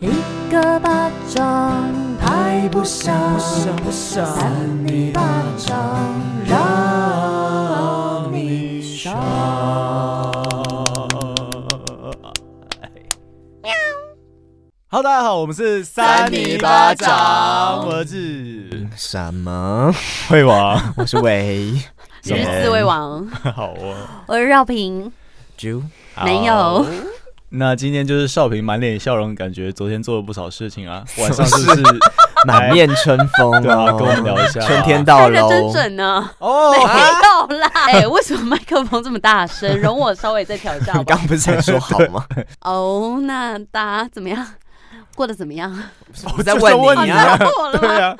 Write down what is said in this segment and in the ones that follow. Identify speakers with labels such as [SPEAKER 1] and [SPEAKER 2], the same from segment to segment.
[SPEAKER 1] 一个巴掌拍不响，
[SPEAKER 2] 不想
[SPEAKER 1] 扇你巴掌让你伤。
[SPEAKER 2] 好，大家好，我们是
[SPEAKER 3] 三米巴掌
[SPEAKER 2] 我是
[SPEAKER 3] 什么？
[SPEAKER 2] 会王，
[SPEAKER 3] 我是 喂
[SPEAKER 2] 什
[SPEAKER 4] 我
[SPEAKER 2] 么
[SPEAKER 4] 是刺猬王，
[SPEAKER 2] 好哦，
[SPEAKER 4] 我是绕平，
[SPEAKER 3] 猪，
[SPEAKER 4] 没有
[SPEAKER 2] 好。那今天就是少平满脸笑容，感觉昨天做了不少事情 啊。晚 上是不是？
[SPEAKER 3] 满面春风哦。
[SPEAKER 2] 对啊，跟我们聊一下。
[SPEAKER 3] 春天到
[SPEAKER 4] 说
[SPEAKER 3] 喽啊
[SPEAKER 4] 的，真准呢。
[SPEAKER 2] 哦，
[SPEAKER 4] 没有啦，哎，为什么麦克风这么大声？容我稍微再调一 下好不好
[SPEAKER 3] 刚不是才说好 吗？
[SPEAKER 4] 哦，那大家怎么样？过得怎么样？
[SPEAKER 3] 我在问
[SPEAKER 2] 就是问
[SPEAKER 3] 你
[SPEAKER 2] 你
[SPEAKER 3] 啊
[SPEAKER 2] 啊，
[SPEAKER 4] 我了
[SPEAKER 2] 对
[SPEAKER 4] 吗？
[SPEAKER 2] 啊，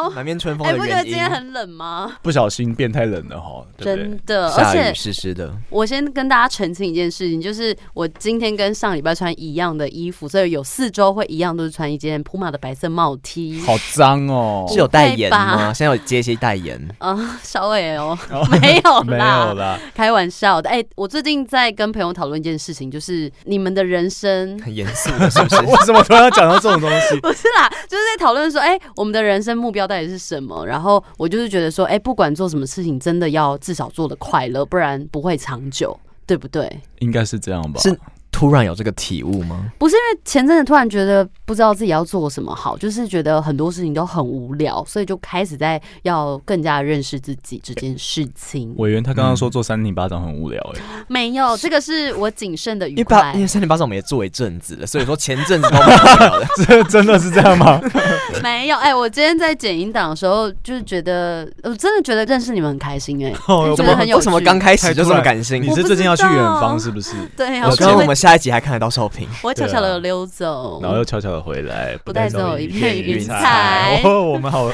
[SPEAKER 4] 哦，
[SPEAKER 3] 满面春风
[SPEAKER 4] 哎，
[SPEAKER 3] 的
[SPEAKER 4] 不觉得
[SPEAKER 3] 原
[SPEAKER 4] 今
[SPEAKER 3] 因。
[SPEAKER 4] 天很冷吗？
[SPEAKER 2] 不小心变太冷了哈，对不
[SPEAKER 4] 真
[SPEAKER 2] 对？
[SPEAKER 4] 的，而
[SPEAKER 3] 下
[SPEAKER 4] 且哦
[SPEAKER 3] 雨湿湿的，
[SPEAKER 4] 我先跟大家澄清一件事情，就是我今天跟上礼拜穿一样的衣服，所以有四周会一样都是穿一件 Puma 的白色帽 T。
[SPEAKER 2] 好脏哦，
[SPEAKER 3] 是有代言
[SPEAKER 4] 不会
[SPEAKER 3] 吗？
[SPEAKER 4] 吧
[SPEAKER 3] 现在有接一些代 言，
[SPEAKER 4] 啊、稍微哦，没有
[SPEAKER 2] 没
[SPEAKER 4] 啦，
[SPEAKER 2] 有啦，
[SPEAKER 4] 开玩笑的。哎、我最近在跟朋友讨论一件事情，就是你们的人生
[SPEAKER 3] 很严肃的，是不是？
[SPEAKER 2] 为什么突然要讲到这种东西？
[SPEAKER 4] 不是啦，就是在讨论说，哎、我们的人生目标到底是什么？然后我就是觉得说，哎、不管做什么事情，真的要至少做的快乐，不然不会长久。对不对？
[SPEAKER 2] 应该是这样 吧？
[SPEAKER 3] 是突然有这个体悟吗？
[SPEAKER 4] 不是因为前阵子突然觉得不知道自己要做什么好，就是觉得很多事情都很无聊，所以就开始在要更加认识自己这件事情。
[SPEAKER 2] 委员他刚刚说做三零巴掌很无聊哎、
[SPEAKER 4] 没有，这个是我谨慎的愉
[SPEAKER 3] 因为八，
[SPEAKER 4] 快
[SPEAKER 3] 因。为三零八掌我们也做一阵子了，所以说前阵子都蛮无聊的。
[SPEAKER 2] 这真的是这样 吗？
[SPEAKER 4] 没有，哎、我今天在剪音档的时候，就是觉得，我真的觉得认识你们很开心、哎、
[SPEAKER 2] 哦
[SPEAKER 3] 怎
[SPEAKER 4] 真
[SPEAKER 3] 么
[SPEAKER 4] 的很有
[SPEAKER 3] 为
[SPEAKER 4] 趣
[SPEAKER 3] 什么刚开始就这么感性
[SPEAKER 2] 你？是最近要去远方是不是？
[SPEAKER 4] 对啊，
[SPEAKER 3] 我
[SPEAKER 2] 我
[SPEAKER 3] 希哦望我们啊下一集还看得到少 平。
[SPEAKER 4] 我会悄悄的溜走，
[SPEAKER 2] 然后又悄悄的回来，
[SPEAKER 4] 不带走一片云彩
[SPEAKER 2] 哦，我们好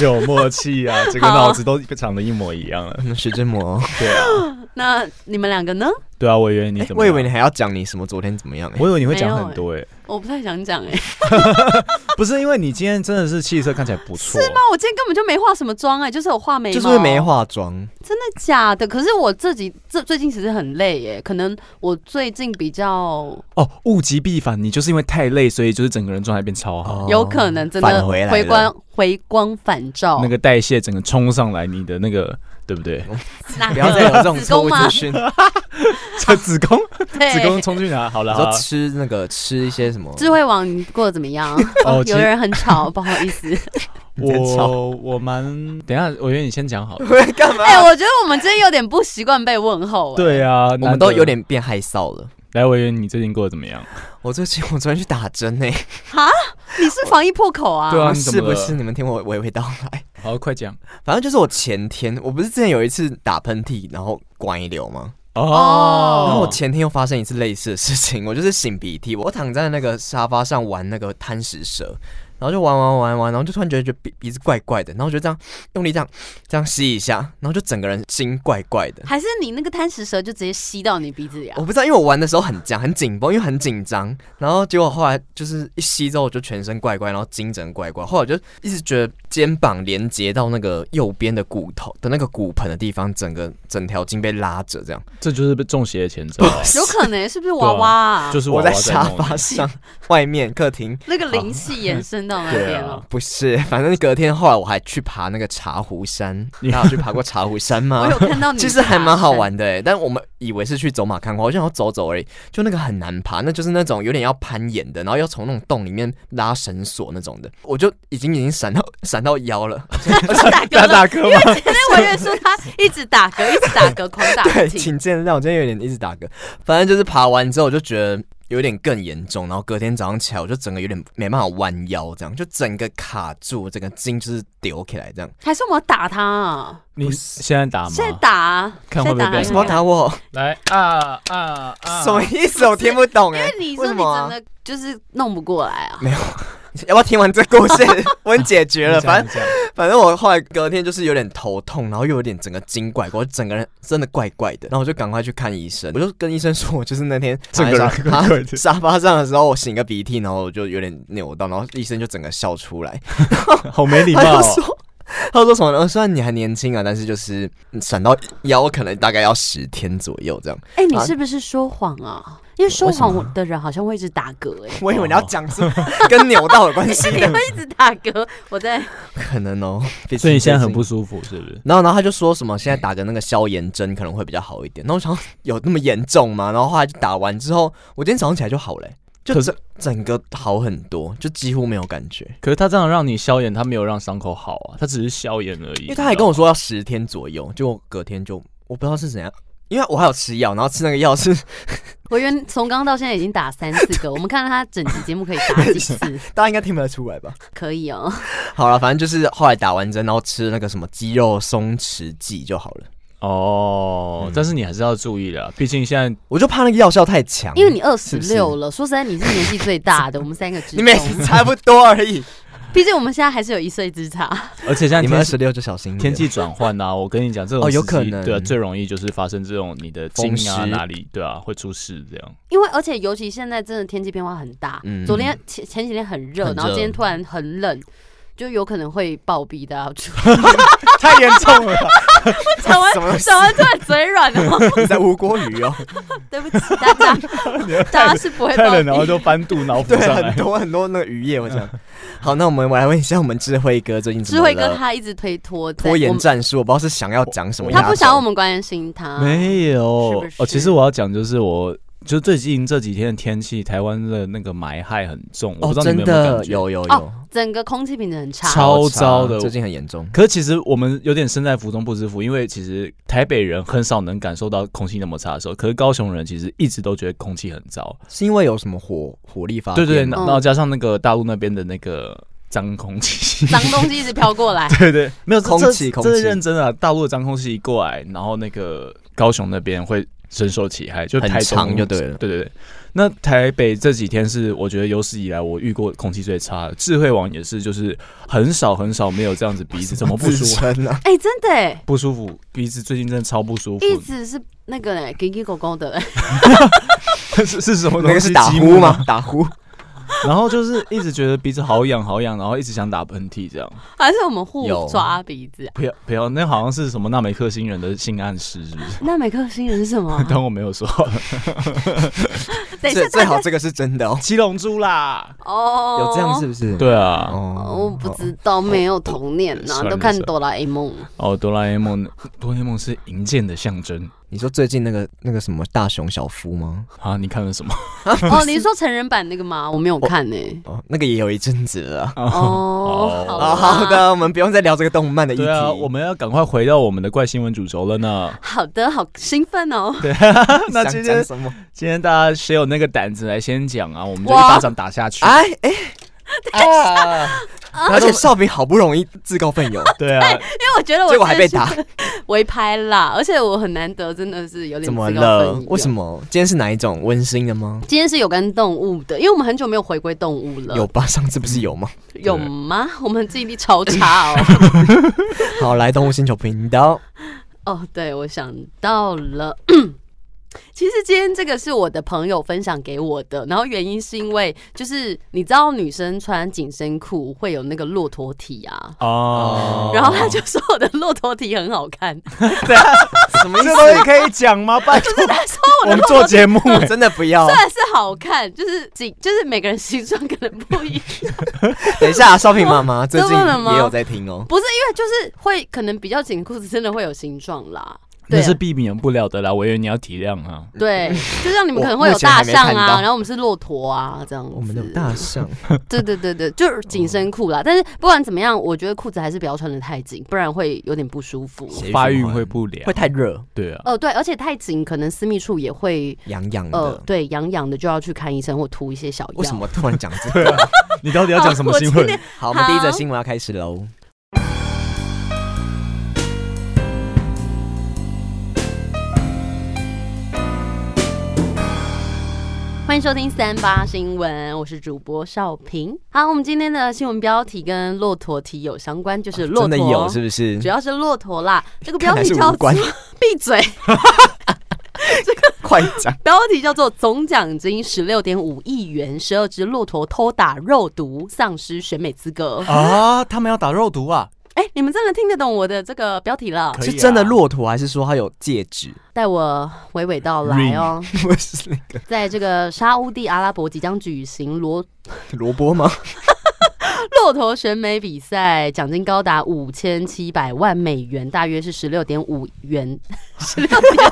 [SPEAKER 2] 有默契 啊，整个脑子都长得一模一样了。
[SPEAKER 3] 嗯，徐志 摩，
[SPEAKER 2] 对啊，
[SPEAKER 4] 那你们两个呢？
[SPEAKER 2] 对啊，委员你
[SPEAKER 3] 哎
[SPEAKER 2] 怎么
[SPEAKER 3] 我以
[SPEAKER 2] 样？
[SPEAKER 3] 为你还要讲你什么昨天怎么样？哎
[SPEAKER 2] 我以为你会讲很多哎、
[SPEAKER 4] 我不太想讲哎、
[SPEAKER 2] 不是因为你今天真的是气色看起来 不错，是吗？
[SPEAKER 4] 那我今天根本就没画什么妆哎、就是我画眉毛，
[SPEAKER 3] 就是因为没，化妆，
[SPEAKER 4] 真的假的？可是我自己这最近其实很累哎、可能我最近比较
[SPEAKER 2] 哦，物极必反，你就是因为太累，所以就是整个人状态变超好，
[SPEAKER 3] 哦
[SPEAKER 4] 有可能真的
[SPEAKER 3] 返回来了
[SPEAKER 4] 回光回光返照，
[SPEAKER 2] 那个代谢整个冲上来，你的那个对 不对？
[SPEAKER 4] 哪个
[SPEAKER 3] 不要再有这种
[SPEAKER 4] 子
[SPEAKER 3] 错误
[SPEAKER 4] 宫吗
[SPEAKER 3] 资？讯。
[SPEAKER 2] 这子 宫子宫
[SPEAKER 4] 对，
[SPEAKER 2] 冲去哪？好了，
[SPEAKER 3] 你
[SPEAKER 2] 好
[SPEAKER 3] 说
[SPEAKER 2] 了
[SPEAKER 3] 吃那个吃一些什 么？
[SPEAKER 4] 智慧王你过得怎么 样？
[SPEAKER 2] 哦其实
[SPEAKER 4] 有人很吵，不好意思。
[SPEAKER 3] 很吵
[SPEAKER 2] 我我 蛮等一下，我觉得你先讲好了。
[SPEAKER 3] 干嘛
[SPEAKER 4] 哎、我觉得我们今天有点不习惯被问候、哎，
[SPEAKER 2] 对啊，
[SPEAKER 3] 我
[SPEAKER 2] 难
[SPEAKER 3] 们
[SPEAKER 2] 得
[SPEAKER 3] 都有点变害臊了。
[SPEAKER 2] 来，委员，你最近过得怎么样？
[SPEAKER 3] 我最近我昨天去打针呢，
[SPEAKER 4] 你是防疫破口啊？
[SPEAKER 2] 对啊你怎么
[SPEAKER 3] 是
[SPEAKER 2] 了
[SPEAKER 3] 不是？你们听我娓娓道来。
[SPEAKER 2] 好，快讲
[SPEAKER 3] 反正就是我前天，我不是之前有一次打喷嚏，然后管一流吗？
[SPEAKER 4] 哦
[SPEAKER 3] 然后我前天又发生一次类似的事情， 我就是擤鼻涕，我躺在那个沙发上玩那个贪食蛇，然后就玩玩玩玩，然后就突然觉得觉得鼻鼻子怪怪的，然后我就这样用力这样这样吸一下，然后就整个人心怪怪的。
[SPEAKER 4] 还是你那个贪食蛇就直接吸到你鼻子里啊
[SPEAKER 3] 我？不知道，因为我玩的时候很僵，很紧绷，因为很紧张。然后结果后来就是一吸之后，我就全身怪怪，然后精神怪怪。后来我就一直觉得肩膀连接到那个右边的骨头的那个骨盆的地方，整个整条筋被拉着，这样。
[SPEAKER 2] 这就是被中邪的前兆啊，
[SPEAKER 4] 有可能是不是娃娃、啊？
[SPEAKER 2] 就是
[SPEAKER 3] 我
[SPEAKER 2] 娃娃
[SPEAKER 3] 在沙
[SPEAKER 2] 弄
[SPEAKER 3] 发
[SPEAKER 2] 你
[SPEAKER 3] 上，外面客厅。
[SPEAKER 4] 那个灵气延伸到那边了、
[SPEAKER 3] 啊不是，反正隔天后来我还去爬那个茶壶山，你有去爬过茶壶山吗
[SPEAKER 4] 我？有看到你，
[SPEAKER 3] 其实还蛮好。玩的哎，但我们以为是去走马看花，我就想要走走而已，就那个很难爬，那就是那种有点要攀岩的，然后要从那种洞里面拉绳索那种的，我就已经已经闪到闪到腰了，
[SPEAKER 4] 啊 打嗝
[SPEAKER 2] 大
[SPEAKER 4] 了，
[SPEAKER 2] 大哥吗？
[SPEAKER 4] 今天我也说他一直打嗝，一直打嗝，狂 打
[SPEAKER 3] 对，
[SPEAKER 4] 不停。
[SPEAKER 3] 请见谅，我今天有点一直打嗝，反正就是爬完之后我就觉得。有点更严重，然后隔天早上起来，我就整个有点没办法弯腰，这样就整个卡住，整个筋就是丢起来这样。
[SPEAKER 4] 还是我们要打他啊？
[SPEAKER 2] 你现在打吗？
[SPEAKER 4] 现在打、啊，
[SPEAKER 2] 看会
[SPEAKER 4] 现
[SPEAKER 2] 不
[SPEAKER 4] 在
[SPEAKER 2] 会
[SPEAKER 4] 打
[SPEAKER 2] 被
[SPEAKER 4] 啊
[SPEAKER 3] 为什么要打我？
[SPEAKER 2] 来啊啊啊！
[SPEAKER 3] 什么意思？我听不懂哎、
[SPEAKER 4] 因为你说
[SPEAKER 3] 为什
[SPEAKER 4] 你
[SPEAKER 3] 么啊
[SPEAKER 4] 真的就是弄不过来啊。
[SPEAKER 3] 要不要听完这故 事？我已经解决了，
[SPEAKER 2] 你讲
[SPEAKER 3] 反正
[SPEAKER 2] 你讲
[SPEAKER 3] 反正我后来隔天就是有点头痛，然后又有点整个筋怪怪，我整个人真的怪怪的，然后我就赶快去看医生。我就跟医生说，我就是那天
[SPEAKER 2] 整个人
[SPEAKER 3] 躺在
[SPEAKER 2] 怪
[SPEAKER 3] 沙
[SPEAKER 2] 怪 的
[SPEAKER 3] 沙发上的时候，我擤个鼻涕，然后我就有点扭到，然后医生就整个笑出来，
[SPEAKER 2] 好没礼貌
[SPEAKER 3] 他
[SPEAKER 2] 哦
[SPEAKER 3] 就。说。他说什么呢？虽然你还年轻啊，但是就是闪到腰可能大概要十天左右这样。
[SPEAKER 4] 哎、你是不是说谎啊？因为说谎的人好像会一直打嗝、欸，哎，
[SPEAKER 3] 我以为你要讲是哦跟扭到有 关 系
[SPEAKER 4] 你
[SPEAKER 3] 的，
[SPEAKER 4] 会一直打嗝，我在
[SPEAKER 3] 可能哦。毕竟
[SPEAKER 2] 所以你现在很
[SPEAKER 3] 最近
[SPEAKER 2] 不舒服，是不是？
[SPEAKER 3] 然后，然后他就说什么现在打个那个消炎针可能会比较好一点。那我想有那么严重吗？然后后来就打完之后，我今天早上起来就好了欸、就
[SPEAKER 2] 可是嗯
[SPEAKER 3] 整整个好很多，就几乎没有感觉。
[SPEAKER 2] 可是他这样让你消炎，他没有让伤口好啊，他只是消炎而已。
[SPEAKER 3] 因为他还跟我说要十天左右，结果隔天就我不知道是怎样，因为我还有吃药，然后吃那个药是
[SPEAKER 4] 我原从刚刚到现在已经打三四个，我们看到他整集节目可以打几次，
[SPEAKER 3] 大家应该听不得出来吧？
[SPEAKER 4] 可以哦。
[SPEAKER 3] 好了，反正就是后来打完针，然后吃那个什么肌肉松弛剂就好了。
[SPEAKER 2] 哦，但是你还是要注意的，毕竟现在
[SPEAKER 3] 我就怕那个药效太强，
[SPEAKER 4] 因为你二十
[SPEAKER 3] 不是
[SPEAKER 4] 六了，说实在你是年纪最大的，我们三个之
[SPEAKER 3] 你每
[SPEAKER 4] 中，
[SPEAKER 3] 次差不多而 已。
[SPEAKER 4] 毕竟我们现在还是有一岁之差。
[SPEAKER 2] 而且现在
[SPEAKER 3] 你们
[SPEAKER 2] 天
[SPEAKER 3] 二
[SPEAKER 2] 气
[SPEAKER 3] 十六就小心一点
[SPEAKER 2] 天气转换呐，我跟你讲，这种
[SPEAKER 3] 哦有
[SPEAKER 2] 时期
[SPEAKER 3] 可能
[SPEAKER 2] 对啊，最容易就是发生这种你的
[SPEAKER 3] 风
[SPEAKER 2] 筋啊
[SPEAKER 3] 湿
[SPEAKER 2] 哪里对啊会出事这 样。
[SPEAKER 4] 因为而且尤其现在真的天气变化很大，
[SPEAKER 3] 嗯
[SPEAKER 4] 昨天前前几天很热，
[SPEAKER 3] 很热
[SPEAKER 4] 然后今天突然很冷，就有可能会暴毙的、啊。
[SPEAKER 3] 太严重了，
[SPEAKER 4] 讲完
[SPEAKER 3] 什 么东西
[SPEAKER 4] 讲完突然嘴软了，
[SPEAKER 3] 你在吴锅鱼哦。
[SPEAKER 4] 对不起大家，大家是不会暴毙。
[SPEAKER 2] 就翻肚脑
[SPEAKER 3] 对，很。多很多那个渔业，我
[SPEAKER 2] 嗯
[SPEAKER 3] 讲。好，那我们我来问一下我们智慧哥最近怎
[SPEAKER 4] 智
[SPEAKER 3] 么
[SPEAKER 4] 慧哥
[SPEAKER 3] 了？
[SPEAKER 4] 他一直推脱在
[SPEAKER 3] 拖
[SPEAKER 4] 我
[SPEAKER 3] 延
[SPEAKER 4] 们，
[SPEAKER 3] 战术，我不知道是想要讲什么压轴。
[SPEAKER 4] 他不想要我们关心 他，
[SPEAKER 2] 没有
[SPEAKER 4] 是不是
[SPEAKER 2] 哦，其实我要讲就是我。就最近这几天的天气，台湾的那个霾害很重，我
[SPEAKER 3] 哦，
[SPEAKER 2] 不知道
[SPEAKER 3] 真
[SPEAKER 2] 你们有没有感
[SPEAKER 3] 的
[SPEAKER 2] 觉，
[SPEAKER 3] 有有有
[SPEAKER 4] 哦，整个空气品质很差。
[SPEAKER 2] 超糟的
[SPEAKER 3] 最近很严重。
[SPEAKER 2] 可是其实我们有点身在福中不知福，因为其实台北人很少能感受到空气那么差的时候，可是高雄人其实一直都觉得空气很糟。
[SPEAKER 3] 是因为有什么火火力发
[SPEAKER 2] 对
[SPEAKER 3] 电？
[SPEAKER 2] 对，然
[SPEAKER 4] 吗
[SPEAKER 2] 然后加上那个大陆那边的那个脏空气，
[SPEAKER 4] 脏东西一直飘过 来，
[SPEAKER 2] 对对，没有这
[SPEAKER 3] 空
[SPEAKER 2] 这
[SPEAKER 3] 气空
[SPEAKER 2] 这是
[SPEAKER 3] 气
[SPEAKER 2] 认真的啊、大陆的脏空气一过来，然后那个高雄那边会深受其害，就
[SPEAKER 3] 很
[SPEAKER 2] 台
[SPEAKER 3] 长
[SPEAKER 2] 东
[SPEAKER 3] 就对了
[SPEAKER 2] 对对对。那台北这几天是我觉得有史以来我遇过空气最差的，智慧王也是，就是很少很少没有这样子鼻子怎么不舒
[SPEAKER 3] 自
[SPEAKER 2] 服。
[SPEAKER 3] 身啊，
[SPEAKER 4] 哎、真的哎、
[SPEAKER 2] 不舒服，鼻子最近真的超不舒服。
[SPEAKER 4] 一直是那个哎、给给狗狗的、
[SPEAKER 2] 是是什么
[SPEAKER 3] 那
[SPEAKER 2] 东西？
[SPEAKER 3] 个是打
[SPEAKER 2] 积
[SPEAKER 3] 呼
[SPEAKER 2] 木
[SPEAKER 3] 吗？？打呼，
[SPEAKER 2] 然后就是一直觉得鼻子好痒好痒，然后一直想打喷嚏，这样
[SPEAKER 4] 还是我们互
[SPEAKER 3] 有
[SPEAKER 4] 抓鼻子、啊？
[SPEAKER 2] 不要不要，那好像是什么纳美克星人的性暗示，是不 是？？
[SPEAKER 4] 那美克星人是 什么
[SPEAKER 2] 当我没有说，
[SPEAKER 4] 等一下
[SPEAKER 3] 最最好这个是真的哦。
[SPEAKER 2] 七龙珠啦，
[SPEAKER 4] 哦，
[SPEAKER 3] 有这样是不是？
[SPEAKER 2] 对啊，
[SPEAKER 4] 哦？
[SPEAKER 3] 哦，
[SPEAKER 4] 我不知道，没有童年
[SPEAKER 2] 算
[SPEAKER 4] 呐、
[SPEAKER 2] 了
[SPEAKER 4] 都看哆啦 A 梦。
[SPEAKER 2] 哦，哆啦 A 梦，哆啦 A 梦是银剑的象征
[SPEAKER 3] 你说最近那个那个什么大熊小夫吗？
[SPEAKER 2] 啊！你看了什么？
[SPEAKER 4] 哦，你说成人版那个吗？我没有 看呢、
[SPEAKER 3] 哦，那个也有一阵子了啊。
[SPEAKER 4] 哦，
[SPEAKER 2] 哦
[SPEAKER 3] 哦，
[SPEAKER 4] 啦
[SPEAKER 3] 好，的，我们不用再聊这个动漫的议题。
[SPEAKER 2] 对啊，我们要 赶快回到我们的怪新闻主轴了呢。
[SPEAKER 4] 好的，好兴奋哦！
[SPEAKER 2] 那
[SPEAKER 3] 想
[SPEAKER 2] 今
[SPEAKER 3] 讲
[SPEAKER 2] 天
[SPEAKER 3] 什么？
[SPEAKER 2] 今天大家谁有那个胆子来先讲啊？我们就一
[SPEAKER 4] 哇
[SPEAKER 2] 巴掌打下去。
[SPEAKER 3] 哎哎啊！而且少平好不容易自告 奋勇，
[SPEAKER 2] 对啊，
[SPEAKER 4] 因为我觉得我
[SPEAKER 3] 结果还被打，
[SPEAKER 4] 围拍啦，而且我很难得，真的是有点
[SPEAKER 3] 怎么
[SPEAKER 4] 自告奋
[SPEAKER 3] 了
[SPEAKER 4] 勇？
[SPEAKER 3] 为什？么？今天是哪一种温馨的吗？
[SPEAKER 4] 今天是有跟动物的，因为我们很久没有回归动物了，
[SPEAKER 3] 有吧？上次不是有吗？
[SPEAKER 4] 有吗？ 我们记忆力超差 哦。
[SPEAKER 3] 好，来动物星球频道，
[SPEAKER 4] 哦，对，我想到了。 其实今天这个是我的朋友分享给我的，然后原因是因为就是你知道女生穿紧身裤会有那个骆驼体啊，
[SPEAKER 2] 哦，
[SPEAKER 4] 然后他就说我的骆驼体很好 看，
[SPEAKER 3] 什么意
[SPEAKER 2] 这东西
[SPEAKER 3] 思？
[SPEAKER 2] 可以讲吗？拜托，
[SPEAKER 4] 他说 我
[SPEAKER 2] 我
[SPEAKER 4] 的
[SPEAKER 2] 们
[SPEAKER 4] 骆
[SPEAKER 2] 做
[SPEAKER 4] 驼体
[SPEAKER 2] 节目哎、
[SPEAKER 3] 真的不要
[SPEAKER 4] 虽！然是好看，就是紧就是每个人形状可能不一样，
[SPEAKER 3] 等一下，少平妈 妈最近
[SPEAKER 4] 真的吗
[SPEAKER 3] 也有在听哦。
[SPEAKER 4] 不是因为就是会可能比较紧的裤子真的会有形状啦，对
[SPEAKER 2] 那
[SPEAKER 4] 啊
[SPEAKER 2] 是避免不了的啦，委员你要体谅啊。
[SPEAKER 4] 对，就像你们可能会
[SPEAKER 3] 我
[SPEAKER 4] 有
[SPEAKER 3] 目前还
[SPEAKER 4] 大
[SPEAKER 3] 没
[SPEAKER 4] 象
[SPEAKER 3] 看到
[SPEAKER 4] 啊，然后我们是骆驼啊这样子，
[SPEAKER 3] 我们的大象，
[SPEAKER 4] 对对对对，就是紧身裤啦。但是不管怎么样，我觉得裤子还是不要穿的太紧，不然会有点不舒服。
[SPEAKER 2] 发育会不良
[SPEAKER 3] 会，太热，
[SPEAKER 2] 对 啊，
[SPEAKER 4] 哦，对，而且太紧可能私密处也会
[SPEAKER 3] 痒痒
[SPEAKER 4] 呃
[SPEAKER 3] 的，。
[SPEAKER 4] 对，痒痒的就要去看医生或涂一些小药。
[SPEAKER 3] 为什？么突然讲这个？
[SPEAKER 2] 啊你到底要讲什么新闻？
[SPEAKER 3] 好，我们第一则
[SPEAKER 4] 好
[SPEAKER 3] 新闻要开始喽。
[SPEAKER 4] 欢迎收听三八新闻，我是主播少平。好，我们今天的新闻标题跟骆驼体有相关，就是骆
[SPEAKER 3] 哦真的
[SPEAKER 4] 驼、
[SPEAKER 3] 有是不是
[SPEAKER 4] 主？要是骆驼啦。这个标
[SPEAKER 3] 看来
[SPEAKER 4] 题
[SPEAKER 3] 是
[SPEAKER 4] 叫
[SPEAKER 3] 无关
[SPEAKER 4] 做 闭嘴。
[SPEAKER 3] 快讲！
[SPEAKER 4] 标题叫做“总奖金十六点五亿元，十二只骆驼偷打肉毒，丧失选美资格”。
[SPEAKER 2] 啊，他们要打肉毒啊！
[SPEAKER 4] 哎、你们真的听得懂我的这个标题了？
[SPEAKER 2] 可以啊
[SPEAKER 3] 是真的骆驼还是说它有戒指？
[SPEAKER 4] 带我娓娓道来哦，
[SPEAKER 3] 不是那个
[SPEAKER 4] 在这个沙乌地阿拉伯即将举行罗
[SPEAKER 3] 萝卜吗？
[SPEAKER 4] 骆驼选美比赛，奖金高达五千七百万美元，大约是十六点五 元，十六点，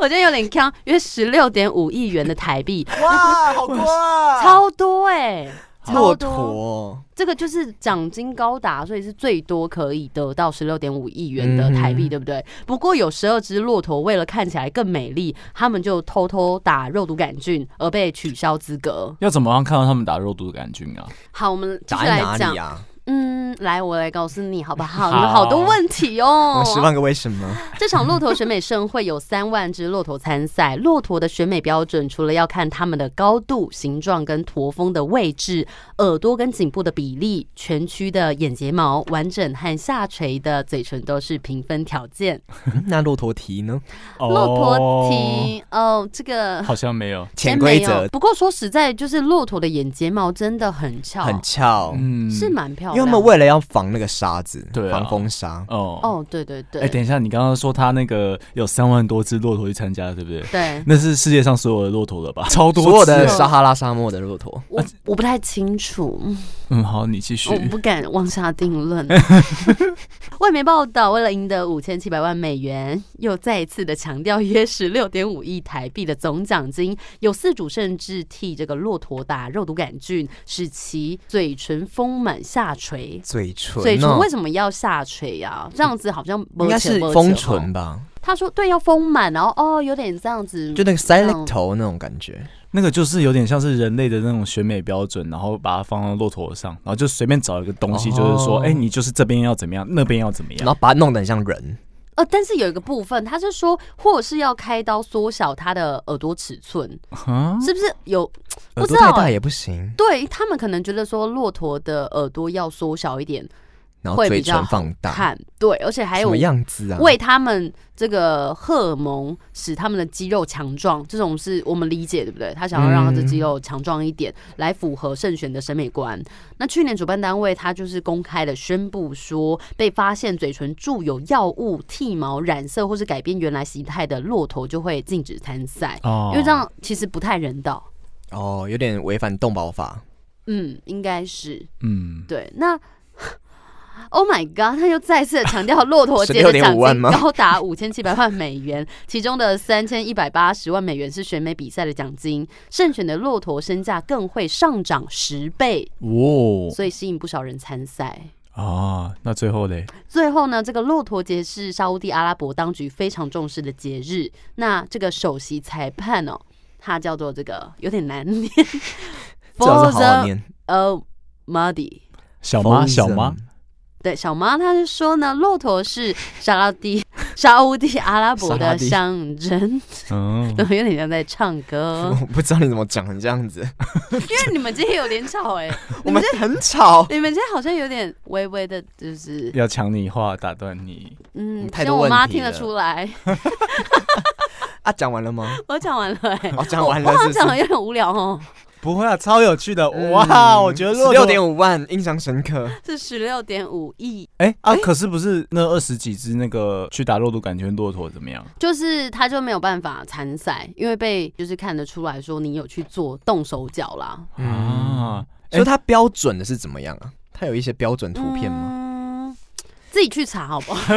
[SPEAKER 4] 我今天有点坑，约十六点五亿元的台币，
[SPEAKER 3] 哇， 好多啊！
[SPEAKER 4] 超多哎、超
[SPEAKER 3] 骆
[SPEAKER 4] 多
[SPEAKER 3] 驼，
[SPEAKER 4] 这个就是奖金高达，所以是最多可以得到十六点五亿元的台币，
[SPEAKER 3] 嗯
[SPEAKER 4] 对不对？不过有十二只骆驼为了看起来更美丽，他们就偷偷打肉毒杆菌而被取消资格。
[SPEAKER 2] 要怎么样看到他们打肉毒杆菌啊？
[SPEAKER 4] 好，我们继
[SPEAKER 3] 打
[SPEAKER 4] 续
[SPEAKER 3] 在
[SPEAKER 4] 来
[SPEAKER 3] 哪
[SPEAKER 4] 讲
[SPEAKER 3] 里，啊？
[SPEAKER 4] 嗯，来我来告诉你好不好？
[SPEAKER 2] 好
[SPEAKER 4] 有好多问题
[SPEAKER 3] 我
[SPEAKER 4] 哦
[SPEAKER 3] 们。十万个为什么？
[SPEAKER 4] 这场骆驼选美盛会有三万只骆驼参赛。骆驼的选美标准除了要看它们的高度、形状跟驼峰的位置、耳朵跟颈部的比例、全区的眼睫毛完整和下垂的嘴唇都是评分条件。
[SPEAKER 3] 嗯那骆驼蹄呢？
[SPEAKER 2] 哦
[SPEAKER 4] 骆驼蹄哦，这个
[SPEAKER 2] 好像没有，
[SPEAKER 3] 潜
[SPEAKER 4] 先没
[SPEAKER 3] 规
[SPEAKER 4] 有
[SPEAKER 3] 则
[SPEAKER 4] 不过说实在，就是骆驼的眼睫毛真的很翘，
[SPEAKER 3] 很翘，
[SPEAKER 2] 嗯，
[SPEAKER 4] 是蛮漂
[SPEAKER 3] 因为他
[SPEAKER 4] 亮
[SPEAKER 3] 们
[SPEAKER 4] 的。
[SPEAKER 3] 为了要防那个沙子，
[SPEAKER 2] 对啊
[SPEAKER 3] 防风沙。
[SPEAKER 2] 哦
[SPEAKER 4] 哦，对对对，
[SPEAKER 2] 哎、等一下，你刚刚说他那个有三万多只骆驼去参加，对不对？
[SPEAKER 4] 对。
[SPEAKER 2] 那是世界上所有的骆驼了吧？超多只啊
[SPEAKER 3] 所有的撒哈拉沙漠的骆驼，
[SPEAKER 4] 我我不太清楚，
[SPEAKER 2] 嗯，好，你继续
[SPEAKER 4] 我。不敢妄下定 论。外媒报道，为了赢得五千七百万美元，又再一次的强调约十六点五亿台币的总奖金，有四组甚至替这个骆驼打肉毒杆菌，使其嘴唇丰满下垂。
[SPEAKER 3] 嘴唇哦，
[SPEAKER 4] 嘴唇为什么要下垂呀、这样子好像
[SPEAKER 3] 应该是丰唇。吧？
[SPEAKER 4] 他说对，要丰满，然后哦，有点这样子，
[SPEAKER 3] 就那个
[SPEAKER 4] 样
[SPEAKER 3] silent 头那种感觉，
[SPEAKER 2] 那个就是有点像是人类的那种选美标准，然后把它放到骆驼上，然后就随便找一个东西，
[SPEAKER 3] 哦
[SPEAKER 2] 就是说，哎、你就是这边要怎么样，那边要怎么
[SPEAKER 3] 然
[SPEAKER 2] 样。
[SPEAKER 3] 后把它弄得很像人。
[SPEAKER 4] 呃，但是有一个部分，他是说，或者是要开刀缩小他的耳朵尺寸，
[SPEAKER 3] 哦
[SPEAKER 2] 嗯，
[SPEAKER 4] 是不是有？不
[SPEAKER 3] 耳
[SPEAKER 4] 知
[SPEAKER 3] 朵太
[SPEAKER 4] 道欸、
[SPEAKER 3] 大也不行，
[SPEAKER 4] 对他们可能觉得说骆驼的耳朵要缩小一点
[SPEAKER 3] 然后
[SPEAKER 4] 会
[SPEAKER 3] 嘴
[SPEAKER 4] 比较
[SPEAKER 3] 唇
[SPEAKER 4] 好
[SPEAKER 3] 放大，
[SPEAKER 4] 看，对，而且
[SPEAKER 3] 啊
[SPEAKER 4] 还
[SPEAKER 3] 什
[SPEAKER 4] 有
[SPEAKER 3] 么样子啊？
[SPEAKER 4] 为他们这个荷尔蒙使他们的肌肉强壮，这种是我们理解对不对？他想要让他的肌肉强壮一点，来符合慎选的审美观。那去年主办单位他就是公开的宣布说，被发现嘴唇注有药物、剃毛、染色或是改变原来形态的骆驼就会禁止参赛，
[SPEAKER 2] 哦
[SPEAKER 4] 因为这样其实不太人道。
[SPEAKER 3] 哦，有点违反动保法。
[SPEAKER 4] 嗯，应该是。
[SPEAKER 2] 嗯，
[SPEAKER 4] 对，那 Oh my God，他又再次地强调骆驼节的奖
[SPEAKER 3] 16.5万
[SPEAKER 4] 金
[SPEAKER 3] 吗
[SPEAKER 4] 高达五千七百万美元，其中的三千一百八十万美元是选美比赛的奖金，胜选的骆驼身价更会上涨十倍，
[SPEAKER 3] 哦
[SPEAKER 2] 哇
[SPEAKER 4] 所以吸引不少人参赛。
[SPEAKER 2] 哦啊，那最后嘞，
[SPEAKER 4] 最后呢，这个骆驼节是沙乌地阿拉伯当局非常重视的节日。那这个首席裁判哦，他叫做这个有点难念
[SPEAKER 3] 最好是好好念。
[SPEAKER 4] 呃 Muddy。
[SPEAKER 2] 小妈小妈
[SPEAKER 3] Frozen
[SPEAKER 4] 对，小妈她是说呢，骆驼是沙拉地沙乌地阿拉伯
[SPEAKER 3] 沙拉
[SPEAKER 4] 的
[SPEAKER 3] 地
[SPEAKER 4] 象 征，
[SPEAKER 2] 嗯
[SPEAKER 4] 怎，么有点像在唱歌？哦
[SPEAKER 3] 我不知道你怎么讲成这样子，
[SPEAKER 4] 因为你们今天有点吵哎、
[SPEAKER 3] 我们很吵，
[SPEAKER 4] 你们今天好像有点微微的，就是
[SPEAKER 2] 要抢你话，打断你。
[SPEAKER 4] 嗯，
[SPEAKER 3] 太
[SPEAKER 4] 希
[SPEAKER 3] 多
[SPEAKER 4] 望我
[SPEAKER 3] 问
[SPEAKER 4] 妈
[SPEAKER 3] 题
[SPEAKER 4] 听得
[SPEAKER 3] 了
[SPEAKER 4] 出来。
[SPEAKER 3] 啊，讲完了吗？
[SPEAKER 4] 我讲完了哎、
[SPEAKER 3] 哦，讲完
[SPEAKER 4] 我
[SPEAKER 3] 了
[SPEAKER 4] 好
[SPEAKER 3] 是不
[SPEAKER 4] 像讲的
[SPEAKER 3] 是。
[SPEAKER 4] 有点无聊哦，
[SPEAKER 2] 不会啊，超有趣的哇！我觉得
[SPEAKER 3] 嗯十
[SPEAKER 2] 骆
[SPEAKER 3] 六
[SPEAKER 2] 驼
[SPEAKER 3] 点五万，印象深刻。
[SPEAKER 4] 是十六点五亿，
[SPEAKER 2] 哎啊，可是不是那二十几只那个去打肉毒杆菌骆驼怎么样？
[SPEAKER 4] 就是他就没有办法参赛，因为被就是看得出来说你有去做动手脚啦，
[SPEAKER 3] 嗯
[SPEAKER 2] 啊，
[SPEAKER 3] 所以它标准的是怎么样啊？它有一些标准图片
[SPEAKER 4] 嗯
[SPEAKER 3] 吗？
[SPEAKER 4] 吗？自己去查好不好？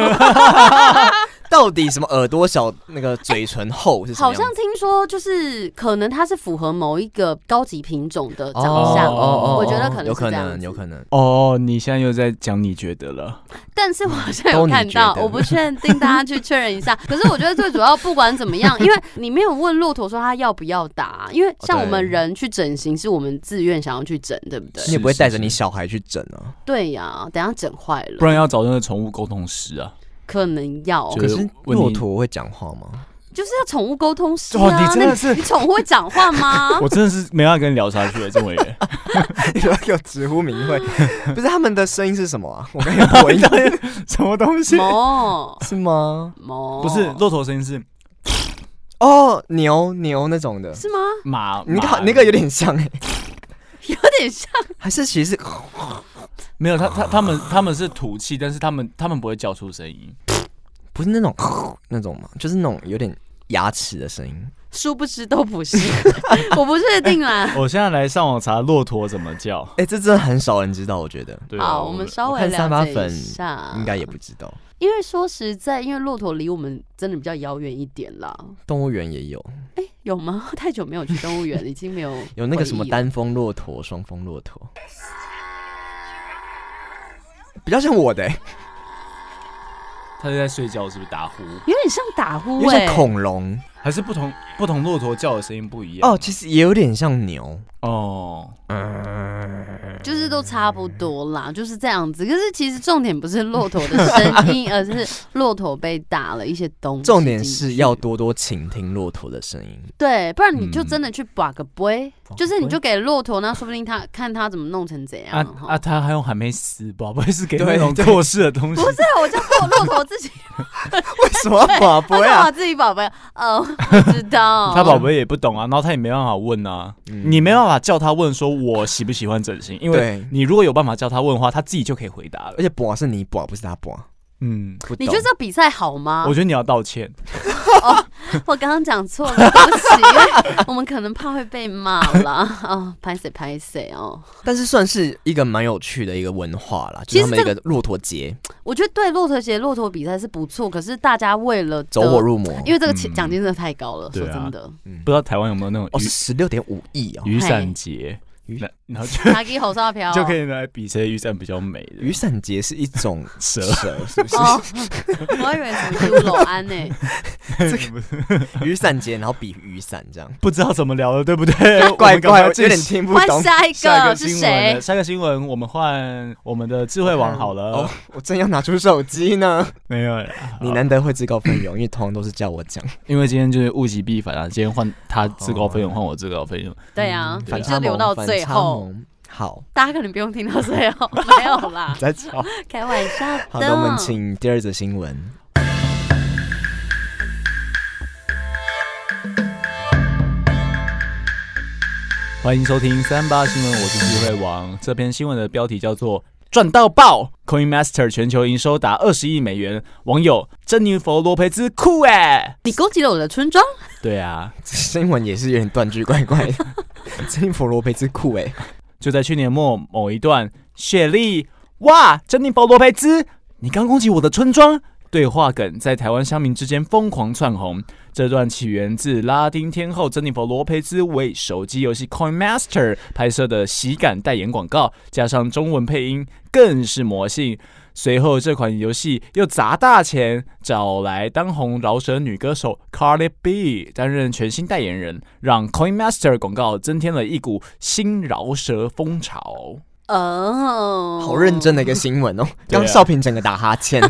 [SPEAKER 3] 到底什么耳朵小、那个嘴唇厚是什么
[SPEAKER 4] 好
[SPEAKER 3] 样子？
[SPEAKER 4] 像听说就是可能它是符合某一个高级品种的长
[SPEAKER 3] 哦
[SPEAKER 4] 相，
[SPEAKER 2] 哦哦哦
[SPEAKER 4] 我觉得可能
[SPEAKER 3] 有
[SPEAKER 4] 是这
[SPEAKER 3] 可
[SPEAKER 4] 样
[SPEAKER 3] 能，
[SPEAKER 4] 子
[SPEAKER 3] 有可能。
[SPEAKER 2] 哦，你现在又在讲你觉得了？
[SPEAKER 4] 但是我好像有
[SPEAKER 3] 都你
[SPEAKER 4] 看
[SPEAKER 3] 觉
[SPEAKER 4] 到，
[SPEAKER 3] 得
[SPEAKER 4] 我不确定，大家去确认 一下。可是我觉得最主要不管怎么样，因为你没有问骆驼说他要不要打，因为像我们
[SPEAKER 3] 哦对
[SPEAKER 4] 人去整形是我们自愿想要去整，对不对
[SPEAKER 2] 是？
[SPEAKER 3] 你也不会带着你小孩去整啊？
[SPEAKER 4] 对呀、等一下整坏
[SPEAKER 2] 不
[SPEAKER 4] 了，
[SPEAKER 2] 然要找那个宠物沟通师啊。
[SPEAKER 4] 可能要
[SPEAKER 2] 就
[SPEAKER 3] 可
[SPEAKER 2] 是
[SPEAKER 3] 是
[SPEAKER 2] 问你
[SPEAKER 3] 骆驼会讲话吗？
[SPEAKER 4] 就是要宠物沟通师
[SPEAKER 2] 哇
[SPEAKER 3] 哦
[SPEAKER 4] 啊。
[SPEAKER 2] 你真的
[SPEAKER 4] 那
[SPEAKER 2] 是？
[SPEAKER 4] 你宠物会讲话吗
[SPEAKER 2] 我真的是没办法跟你聊下去了，郑委员。
[SPEAKER 3] 你不要给我直呼名讳，不是他们的声音是什么啊？我刚才破音
[SPEAKER 2] 什么东西？
[SPEAKER 4] 毛
[SPEAKER 3] 是吗？
[SPEAKER 4] 毛
[SPEAKER 2] 不是骆驼声音是
[SPEAKER 3] 哦，牛牛那种的，
[SPEAKER 4] 是吗？
[SPEAKER 2] 马，
[SPEAKER 3] 你
[SPEAKER 2] 马
[SPEAKER 3] 欸 看那个有点像哎，
[SPEAKER 4] 有点像。
[SPEAKER 3] 还是其实
[SPEAKER 2] 没有他他他们他们是吐气，但是他们他们不会叫出声音。
[SPEAKER 3] 不是那种 那种嘛，就是那种有点牙齿的声音。
[SPEAKER 4] 殊不知都不是，我不确定啦。
[SPEAKER 2] 我现在来上网查骆驼怎么叫。
[SPEAKER 3] 哎、这真的很少人知道，我觉得
[SPEAKER 2] 对啊
[SPEAKER 4] 好，我们稍
[SPEAKER 3] 我
[SPEAKER 4] 微
[SPEAKER 3] 看三八
[SPEAKER 4] 了解
[SPEAKER 3] 粉
[SPEAKER 4] 一下，
[SPEAKER 3] 应该也不知道。
[SPEAKER 4] 因为说实在，因为骆驼离我们真的比较遥远一点啦。
[SPEAKER 3] 动物园也有
[SPEAKER 4] 哎、有吗？ 太久没有去动 物园，已经没有
[SPEAKER 3] 有那个什么
[SPEAKER 4] 回忆了
[SPEAKER 3] 单峰骆驼、双峰骆驼，比较像我的、欸，
[SPEAKER 2] 他是在睡觉，是不是打呼？
[SPEAKER 4] 有点像打呼
[SPEAKER 3] 有
[SPEAKER 4] 哎、
[SPEAKER 3] 点像恐龙
[SPEAKER 2] 还是不同不同骆驼叫的声音不一样？
[SPEAKER 3] 哦，其实也有点像牛。
[SPEAKER 2] 哦，
[SPEAKER 4] 就是都差不多啦，就是这样子。可是其实重点不是骆驼的 声音，而是骆驼被打了一些东西进去。
[SPEAKER 3] 重点是要多多倾听骆驼的声音。
[SPEAKER 4] 对，不然你就
[SPEAKER 2] 嗯
[SPEAKER 4] 真的去把个杯，
[SPEAKER 3] 把个
[SPEAKER 4] 就是你就给骆驼，那说不定他看他怎么弄成怎样。
[SPEAKER 2] 啊
[SPEAKER 4] 哈
[SPEAKER 2] 啊，他还用还没死吧？不会是给
[SPEAKER 3] 对
[SPEAKER 2] 那 种
[SPEAKER 3] 对
[SPEAKER 2] 过世的东西
[SPEAKER 4] 不？是，啊我叫骆骆驼自己，
[SPEAKER 3] 为什么宝
[SPEAKER 4] 他
[SPEAKER 3] 贝
[SPEAKER 4] 干
[SPEAKER 3] 啊
[SPEAKER 4] 嘛？自己宝贝？哦， 不知道。
[SPEAKER 2] 他宝贝也不懂啊，然后他也没办法问啊，
[SPEAKER 3] 嗯
[SPEAKER 2] 你没办法叫他问说我喜不喜欢整形，因为
[SPEAKER 3] 对
[SPEAKER 2] 你如果有办法叫他问的话，他自己就可以回答了
[SPEAKER 3] 而。且宝是你宝，不是他宝。
[SPEAKER 2] 嗯，不
[SPEAKER 4] 你
[SPEAKER 2] 懂
[SPEAKER 4] 觉得这比赛好
[SPEAKER 3] 啊
[SPEAKER 4] 吗？
[SPEAKER 2] 我觉得你要道歉，
[SPEAKER 4] 我刚刚讲错了，对不起，因为我们可能怕会被骂啦。 哦，拍谁拍谁哦。
[SPEAKER 3] 但是算是一个蛮有趣的一个文化啦，就是他们一个骆驼节，
[SPEAKER 4] 我觉得对骆驼节、骆驼比赛是不错，可是大家为了得
[SPEAKER 3] 走火，入魔，
[SPEAKER 4] 因为这个钱
[SPEAKER 2] 嗯
[SPEAKER 4] 奖金真的太高了，
[SPEAKER 2] 对
[SPEAKER 4] 说
[SPEAKER 2] 啊
[SPEAKER 4] 真的。
[SPEAKER 2] 不知道台湾有没有那种
[SPEAKER 3] 哦
[SPEAKER 2] 雨
[SPEAKER 3] 是十六点五亿哦，
[SPEAKER 2] 雨伞节，
[SPEAKER 3] 雨哦
[SPEAKER 2] 那然后就
[SPEAKER 4] 拿给侯少飘
[SPEAKER 2] 就可以来比谁雨伞比较美的
[SPEAKER 3] 雨伞节是一种
[SPEAKER 2] 蛇。
[SPEAKER 3] 蛇，是不是？
[SPEAKER 4] 哦， 我还以为什么朱楼安欸呢？
[SPEAKER 3] 雨伞节，然后比雨伞这样，
[SPEAKER 2] 不知道怎么聊了，对不对？
[SPEAKER 3] 怪怪，
[SPEAKER 2] 哎我
[SPEAKER 3] 我
[SPEAKER 2] 们赶快
[SPEAKER 3] 有
[SPEAKER 2] 进
[SPEAKER 3] 点
[SPEAKER 2] 行
[SPEAKER 3] 听 不
[SPEAKER 4] 换
[SPEAKER 3] 懂。
[SPEAKER 4] 下一
[SPEAKER 2] 下一
[SPEAKER 4] 个
[SPEAKER 2] 个
[SPEAKER 4] 是
[SPEAKER 2] 新闻
[SPEAKER 4] 谁
[SPEAKER 2] 了，？
[SPEAKER 3] 嗯
[SPEAKER 2] 下一个新闻我们换我们的智慧王好了，
[SPEAKER 3] 哦，我正要拿出手机呢。
[SPEAKER 2] 没有了，
[SPEAKER 3] 你难得会自告奋勇，因为通常都是叫我讲。
[SPEAKER 2] 因为今天就是物极必反啊，今天换他自告奋勇，换我自告奋勇，
[SPEAKER 4] 对啊，
[SPEAKER 3] 反
[SPEAKER 4] 你
[SPEAKER 3] 差
[SPEAKER 4] 就留
[SPEAKER 3] 萌
[SPEAKER 4] 到
[SPEAKER 3] 反
[SPEAKER 4] 最
[SPEAKER 3] 差
[SPEAKER 4] 后，
[SPEAKER 3] 萌。好，
[SPEAKER 4] 大家可能不用听到最后，没有 啦，
[SPEAKER 3] 再吵。
[SPEAKER 4] 开玩笑的。
[SPEAKER 3] 好的，我们请第二则新闻。
[SPEAKER 2] 欢迎收听三八新闻，我是智慧王。这篇新闻的标题叫做“赚到爆 ”，Coin Master 全球营收达二十亿美元，网友珍妮佛罗佩兹酷哎、
[SPEAKER 4] 你攻击了我的村庄，
[SPEAKER 2] 对啊，
[SPEAKER 3] 新闻也是有点断句怪怪 的。珍妮佛罗佩兹酷哎、
[SPEAKER 2] 就在去年末某一段，雪莉哇，珍妮佛罗佩兹，你刚攻击我的村庄。对话梗在台湾乡民之间疯狂窜红。这段起源自拉丁天后珍妮佛·罗佩兹为手机游戏 Coin Master 拍摄的喜感代言广告，加上中文配音，更是魔性。随后，这款游戏又砸大钱，找来当红饶舌女歌手 Cardi B 担任全新代言人，让 Coin Master 广告增添了一股新饶舌风潮。
[SPEAKER 4] 哦，
[SPEAKER 3] 好认真的一个新闻哦。
[SPEAKER 2] 对啊
[SPEAKER 3] 刚少平整个打哈欠，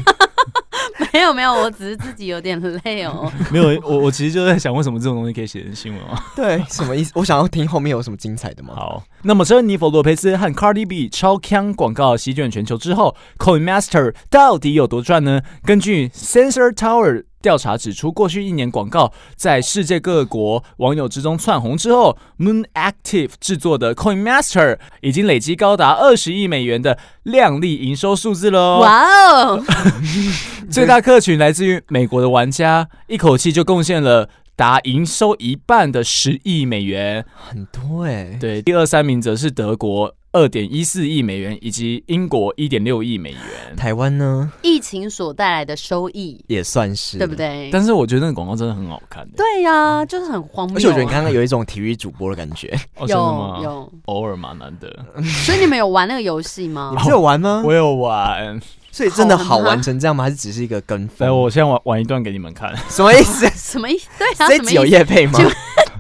[SPEAKER 4] 没有没有，我只是自己有点累哦。
[SPEAKER 2] 没有，我我其实就在想，为什么这种东西可以写成新闻啊？
[SPEAKER 3] 对，什么意思？我想要听后面有什么精彩的吗？
[SPEAKER 2] 好，那么珍妮佛·洛佩兹和 Cardi B 超强广告席卷全球之后，Coin Master 到底有多赚呢？根据 Sensor Tower 调查指出，过去一年广告在世界各国网友之中窜红之后，Moon Active 制作的 Coin Master 已经累积高达二十亿美元的亮丽营收数字喽。
[SPEAKER 4] 哇哦，
[SPEAKER 2] 最大客群来自于美国的玩家，一口气就贡献了达营收一半的十亿美元。
[SPEAKER 3] 很多哎、
[SPEAKER 2] 对，第二三名则是德国二点一四亿美元，以及英国一点六亿美元。
[SPEAKER 3] 台湾呢
[SPEAKER 4] 疫情所带来的收益，
[SPEAKER 3] 也算是，嗯
[SPEAKER 4] 对不？对？
[SPEAKER 2] 但是我觉得那个广告真的很好看、欸，
[SPEAKER 4] 对呀、就是很荒谬啊。
[SPEAKER 3] 而且我觉得你刚刚有一种体育主播的感 觉，
[SPEAKER 2] 哦，真的
[SPEAKER 3] 啊
[SPEAKER 4] 有嗯
[SPEAKER 2] 吗？
[SPEAKER 4] 有，
[SPEAKER 2] 偶尔嘛，难得。
[SPEAKER 4] 所以你们有玩那个游戏吗
[SPEAKER 3] 你？不是有玩吗？
[SPEAKER 2] 我有玩，
[SPEAKER 3] 所以真的
[SPEAKER 4] 好
[SPEAKER 3] 好
[SPEAKER 4] 玩吗
[SPEAKER 3] 玩成这样吗？还是只是一个跟
[SPEAKER 2] 来，
[SPEAKER 3] 风？
[SPEAKER 2] 我先玩玩一段给你们看。
[SPEAKER 3] 什么意 思？
[SPEAKER 4] 什么意思？对啊，
[SPEAKER 3] 这一
[SPEAKER 4] 什么
[SPEAKER 3] 集有
[SPEAKER 4] 意思？
[SPEAKER 3] 叶配吗？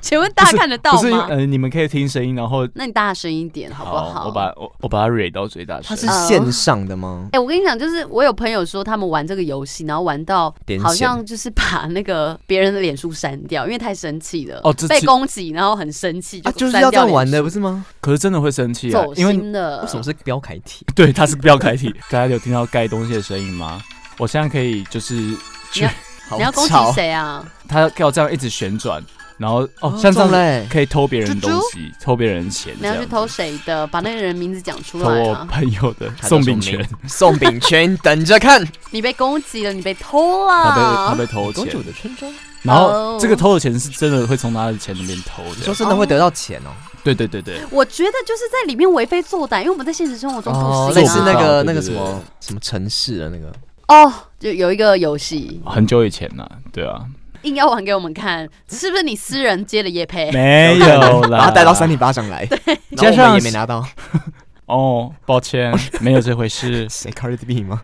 [SPEAKER 4] 请问大家看得到
[SPEAKER 2] 不是，
[SPEAKER 4] 吗？
[SPEAKER 2] 呃，你们可以听声音，然后
[SPEAKER 4] 那你大声一点好不
[SPEAKER 2] 我把我我把它 r 到最大
[SPEAKER 3] 它
[SPEAKER 2] 声。
[SPEAKER 3] 是
[SPEAKER 4] 呃
[SPEAKER 3] 线上的吗？
[SPEAKER 4] 哎、我跟你讲，就是我有朋友说他们玩这个游戏，然后玩到
[SPEAKER 3] 点
[SPEAKER 4] 好
[SPEAKER 3] 线
[SPEAKER 4] 像就是把那个别人的脸书删掉，因为太生气了，
[SPEAKER 2] 哦这
[SPEAKER 4] 被
[SPEAKER 2] 这
[SPEAKER 4] 攻击，然后很生气，
[SPEAKER 3] 啊，就是
[SPEAKER 4] 删
[SPEAKER 3] 要这
[SPEAKER 4] 掉
[SPEAKER 3] 样玩
[SPEAKER 4] 脸
[SPEAKER 3] 的，
[SPEAKER 4] 书呃
[SPEAKER 3] 不是吗？
[SPEAKER 2] 可是真的会生气啊
[SPEAKER 4] 走，
[SPEAKER 2] 因为
[SPEAKER 4] 心的。
[SPEAKER 3] 为什么是标楷体？
[SPEAKER 2] 对，它是标楷体。大家有听到盖东西的声音吗？我现在可以就是
[SPEAKER 4] 你要
[SPEAKER 3] 好
[SPEAKER 4] 你要攻击
[SPEAKER 3] 吵
[SPEAKER 4] 谁啊？
[SPEAKER 2] 它要这样一直旋转，然后哦，像这样
[SPEAKER 3] 中了
[SPEAKER 2] 子
[SPEAKER 3] 欸
[SPEAKER 2] 可以偷别人
[SPEAKER 4] 猪
[SPEAKER 2] 东
[SPEAKER 4] 猪
[SPEAKER 2] 西，偷别人钱，
[SPEAKER 4] 你
[SPEAKER 2] 这
[SPEAKER 4] 要
[SPEAKER 2] 样
[SPEAKER 4] 去
[SPEAKER 2] 子
[SPEAKER 4] 偷谁的？把那个人名字讲出
[SPEAKER 2] 偷
[SPEAKER 4] 来
[SPEAKER 2] 我
[SPEAKER 4] 啊！
[SPEAKER 2] 朋友的
[SPEAKER 3] 他叫
[SPEAKER 2] 送饼
[SPEAKER 3] 什么
[SPEAKER 2] 权
[SPEAKER 3] 名，送饼圈，等着 看。
[SPEAKER 4] 你被攻击了，你被偷了。
[SPEAKER 2] 他被他被偷钱，
[SPEAKER 3] 的村庄，
[SPEAKER 2] 然
[SPEAKER 4] 哦
[SPEAKER 2] 后这个偷的钱是真的会从他的钱里面偷
[SPEAKER 3] 你
[SPEAKER 2] 的
[SPEAKER 3] 说，真的会得到钱哦？
[SPEAKER 2] 对对对对，
[SPEAKER 4] 我觉得就是在里面为非作歹，因为我们在现实生活中
[SPEAKER 2] 哦
[SPEAKER 4] 不
[SPEAKER 3] 类
[SPEAKER 4] 行
[SPEAKER 3] 似
[SPEAKER 4] 啊。
[SPEAKER 3] 那个
[SPEAKER 2] 做不到
[SPEAKER 3] 那个
[SPEAKER 2] 对对
[SPEAKER 3] 什
[SPEAKER 2] 对
[SPEAKER 3] 么什么城市的那个，
[SPEAKER 4] 哦，就有一个游戏
[SPEAKER 2] 很久以前了，对啊，
[SPEAKER 4] 硬要玩给我们看，是不是你私人接的夜配？
[SPEAKER 2] 没有 啦，
[SPEAKER 3] 把他带到三里巴掌来，
[SPEAKER 2] 加
[SPEAKER 3] 然后我
[SPEAKER 2] 上
[SPEAKER 3] 们也没拿到，
[SPEAKER 2] 哦，抱歉，没有这回事。
[SPEAKER 3] 谁 Cardi B 吗？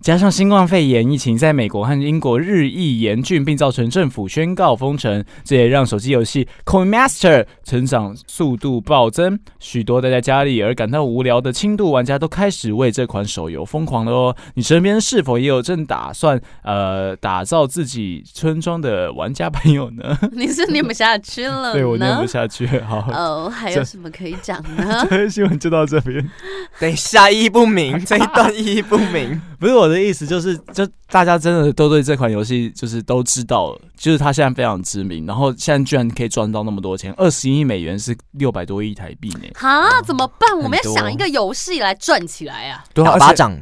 [SPEAKER 2] 加上新冠肺炎疫情在美国和英国日益严峻，并造成政府宣告封城，这也让手机游戏 Coin Master 成长速度暴增。许多待在家里而感到无聊的轻度玩家都开始为这款手游疯狂了哦。你身边是否也有正打算呃打造自己村庄的玩家朋友呢？
[SPEAKER 4] 你是念不下去了
[SPEAKER 2] 对我念
[SPEAKER 4] 呢
[SPEAKER 2] 不？下去， 好，
[SPEAKER 4] 哦，还有什么可以讲呢？
[SPEAKER 2] 这新闻就到这边。
[SPEAKER 3] 等一下意义不明，这一段意义不明。
[SPEAKER 2] 不是我的意思，就是就大家真的都对这款游戏就是都知道了，就是它现在非常知名，然后现在居然可以赚到那么多钱，二十亿美元是六百多亿台币呢。
[SPEAKER 4] 哈，怎么办？我们
[SPEAKER 3] 很
[SPEAKER 4] 要
[SPEAKER 3] 多
[SPEAKER 4] 想一个游戏来赚起来 啊！
[SPEAKER 2] 对
[SPEAKER 3] 打巴，掌，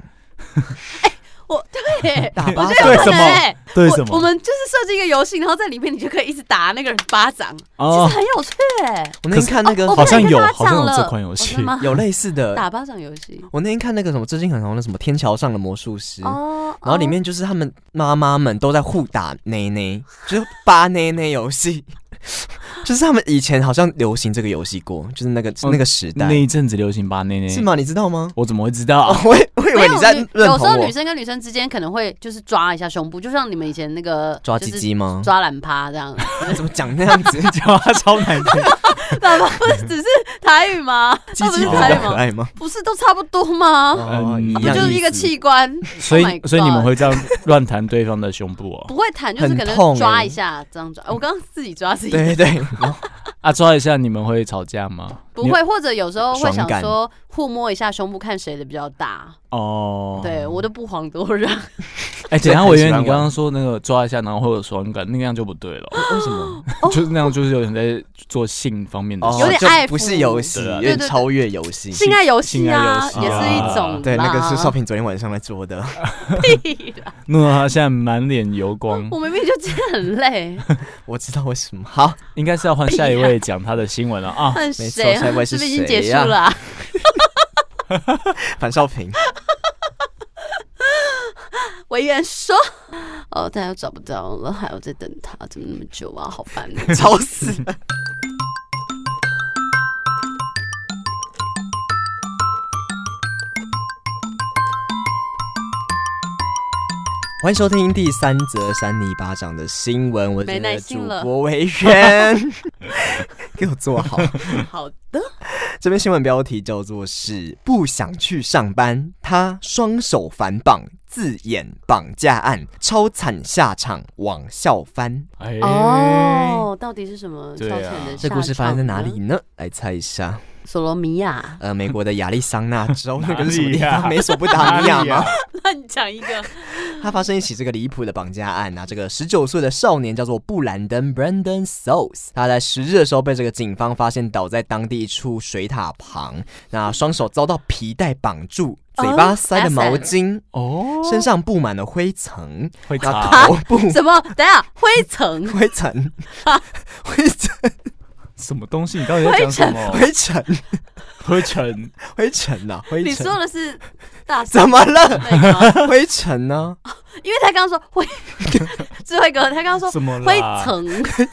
[SPEAKER 4] 我对，
[SPEAKER 3] 打
[SPEAKER 4] 我
[SPEAKER 3] 巴
[SPEAKER 4] 觉
[SPEAKER 3] 掌
[SPEAKER 4] 得有
[SPEAKER 2] 对
[SPEAKER 4] 可
[SPEAKER 2] 什
[SPEAKER 4] 能
[SPEAKER 2] 么
[SPEAKER 4] 欸。
[SPEAKER 2] 对
[SPEAKER 4] 我
[SPEAKER 2] 什
[SPEAKER 4] 我
[SPEAKER 2] 么？
[SPEAKER 4] 们就是设计一个游戏，然后在里面你就可以一直打那个人巴掌，
[SPEAKER 2] 哦
[SPEAKER 4] 其实，很有趣哎。
[SPEAKER 3] 我那天看那个
[SPEAKER 4] 哦
[SPEAKER 2] 好像有，
[SPEAKER 4] 我不能跟大家
[SPEAKER 2] 好像有
[SPEAKER 4] 讲
[SPEAKER 2] 这
[SPEAKER 4] 了
[SPEAKER 2] 款游戏
[SPEAKER 4] 真的。吗？
[SPEAKER 3] 有类似的，
[SPEAKER 4] 打巴掌游戏
[SPEAKER 3] 我那天看那个什么最近很红的什么天桥上的魔术师，嗯
[SPEAKER 4] 哦，
[SPEAKER 3] 然后里面就是他们妈妈们都在互打内内，
[SPEAKER 4] 哦
[SPEAKER 3] 就是扒内内游戏， 就是他们以前好像流行这个游戏过，就是那个、
[SPEAKER 2] 嗯
[SPEAKER 3] 那个时代
[SPEAKER 2] 那一阵子流行吧，内内
[SPEAKER 3] 是吗？你知道吗？
[SPEAKER 2] 我怎么会知
[SPEAKER 3] 哦
[SPEAKER 2] 道？，
[SPEAKER 3] 我以我以
[SPEAKER 4] 没
[SPEAKER 3] 为
[SPEAKER 4] 有
[SPEAKER 3] 你在
[SPEAKER 4] 女
[SPEAKER 3] 认
[SPEAKER 4] 有时
[SPEAKER 3] 同
[SPEAKER 4] 候女
[SPEAKER 3] 我。
[SPEAKER 4] 生跟女生之间可能会就是抓一下胸部，就像你们以前那个
[SPEAKER 3] 抓
[SPEAKER 4] 就
[SPEAKER 3] 鸡
[SPEAKER 4] 是
[SPEAKER 3] 鸡吗？
[SPEAKER 4] 抓懒趴这样，
[SPEAKER 3] 怎么讲那样子？
[SPEAKER 2] 讲话 超难听，
[SPEAKER 4] 那不是只是台语吗？
[SPEAKER 3] 鸡
[SPEAKER 4] 那不
[SPEAKER 3] 鸡
[SPEAKER 4] 哦是
[SPEAKER 3] 比
[SPEAKER 4] 台
[SPEAKER 3] 较
[SPEAKER 4] 语
[SPEAKER 3] 可
[SPEAKER 4] 吗？
[SPEAKER 3] 爱吗？
[SPEAKER 4] 不是都差不多吗？
[SPEAKER 3] 哦， 一
[SPEAKER 2] 嗯
[SPEAKER 4] 啊不
[SPEAKER 3] 样
[SPEAKER 4] 就是一个
[SPEAKER 3] 意思
[SPEAKER 4] 器官？
[SPEAKER 2] 所
[SPEAKER 4] Oh my
[SPEAKER 2] 以
[SPEAKER 4] God
[SPEAKER 2] 所以你们会这样乱弹对方的胸部 哦？
[SPEAKER 4] 不会弹，就是
[SPEAKER 3] 很
[SPEAKER 4] 可能
[SPEAKER 3] 痛
[SPEAKER 4] 抓
[SPEAKER 3] 欸
[SPEAKER 4] 一下这样抓。呃我刚刚自己抓自己，
[SPEAKER 3] 对对对，
[SPEAKER 2] 啊，抓一下你们会吵架吗？
[SPEAKER 4] 不
[SPEAKER 2] 你
[SPEAKER 4] 会，或者有时候会
[SPEAKER 3] 爽
[SPEAKER 4] 想
[SPEAKER 3] 感
[SPEAKER 4] 说互摸一下胸部，看谁的比较大。
[SPEAKER 2] 哦。
[SPEAKER 4] 对我都不遑多让，
[SPEAKER 2] 哎，等一下
[SPEAKER 3] 很
[SPEAKER 2] 我以
[SPEAKER 3] 喜
[SPEAKER 2] 为你
[SPEAKER 3] 欢
[SPEAKER 2] 刚
[SPEAKER 3] 玩
[SPEAKER 2] 刚说那个抓一下，然后会有爽感，那样就不对了。
[SPEAKER 3] 为什么？
[SPEAKER 4] 哦
[SPEAKER 2] 就是那样，就是有点在做性方面的
[SPEAKER 3] 哦，
[SPEAKER 2] 事。
[SPEAKER 4] 有点
[SPEAKER 3] 就
[SPEAKER 4] 爱
[SPEAKER 3] 不是
[SPEAKER 4] 抚
[SPEAKER 3] 游戏，
[SPEAKER 2] 对啊
[SPEAKER 3] 有
[SPEAKER 4] 对
[SPEAKER 3] 点
[SPEAKER 4] 对对
[SPEAKER 3] 超越游戏。
[SPEAKER 4] 性爱游戏啊，
[SPEAKER 2] 性
[SPEAKER 4] 也
[SPEAKER 2] 爱游戏啊
[SPEAKER 4] 是一种
[SPEAKER 3] 对，那个是少
[SPEAKER 4] 啦
[SPEAKER 3] 平昨天晚上来做的。
[SPEAKER 4] 屁啦
[SPEAKER 2] 诺他现在满脸油光，
[SPEAKER 4] 我明明就真的很 累，
[SPEAKER 3] 我知道为什么。好，
[SPEAKER 2] 应该是要换下一位讲他的新闻了啊。
[SPEAKER 4] 很
[SPEAKER 3] 错
[SPEAKER 4] 谁啊？
[SPEAKER 3] 下一位
[SPEAKER 4] 是
[SPEAKER 3] 是
[SPEAKER 4] 不是已经结
[SPEAKER 3] 谁
[SPEAKER 4] 束
[SPEAKER 3] 呀
[SPEAKER 4] 了啊？
[SPEAKER 3] 樊少 平，
[SPEAKER 4] 委员说：“哦，大家找不到了，还要再等他，怎么那么久啊？好烦 哦
[SPEAKER 3] 吵死了。欢迎收听第三则扇你巴掌的新闻，我
[SPEAKER 4] 没
[SPEAKER 3] 是
[SPEAKER 4] 耐心
[SPEAKER 3] 主
[SPEAKER 4] 了
[SPEAKER 3] 播维轩， 给我坐好。
[SPEAKER 4] 好 的，
[SPEAKER 3] 这篇新闻标题叫做是“不想去上班，他双手反绑自演绑架案，超惨下场往校翻
[SPEAKER 2] 哎，
[SPEAKER 4] 哦，到底是什么超
[SPEAKER 2] 对啊
[SPEAKER 4] 前的？”。
[SPEAKER 3] 这故事发生在哪里？呢？来猜一下，。
[SPEAKER 4] 索罗米亚
[SPEAKER 3] 呃，美国的亚利桑那州那个是什么地
[SPEAKER 2] 哪里呀
[SPEAKER 3] 方？美索不达米亚
[SPEAKER 2] 哪里呀
[SPEAKER 3] 吗？
[SPEAKER 4] 乱讲一个，
[SPEAKER 3] 它发生一起这个离谱的绑架案啊！这个十九岁的少年叫做布兰登 （Brandon Souls），他在十日的时候被这个警方发现倒在当地一处水塔旁，那双手遭到皮带绑住，嘴巴塞了毛巾，
[SPEAKER 2] 哦，
[SPEAKER 3] 身上布满了灰尘，
[SPEAKER 2] 会
[SPEAKER 3] 那
[SPEAKER 2] 擦
[SPEAKER 3] 头部，
[SPEAKER 4] 什么？等一下，灰尘
[SPEAKER 3] 灰尘，灰尘，
[SPEAKER 2] 什么东西？你到底在讲什么？
[SPEAKER 3] 灰尘，
[SPEAKER 2] 灰尘，
[SPEAKER 3] 灰尘啊呐，灰
[SPEAKER 4] 你说
[SPEAKER 3] 尘，
[SPEAKER 4] 的是大嫂
[SPEAKER 3] 怎么了？
[SPEAKER 4] 那个吗？
[SPEAKER 3] 灰尘啊呢？
[SPEAKER 4] 啊因为他刚刚说灰， 智慧哥，他刚刚说
[SPEAKER 2] 什么啦
[SPEAKER 4] 灰尘， 哦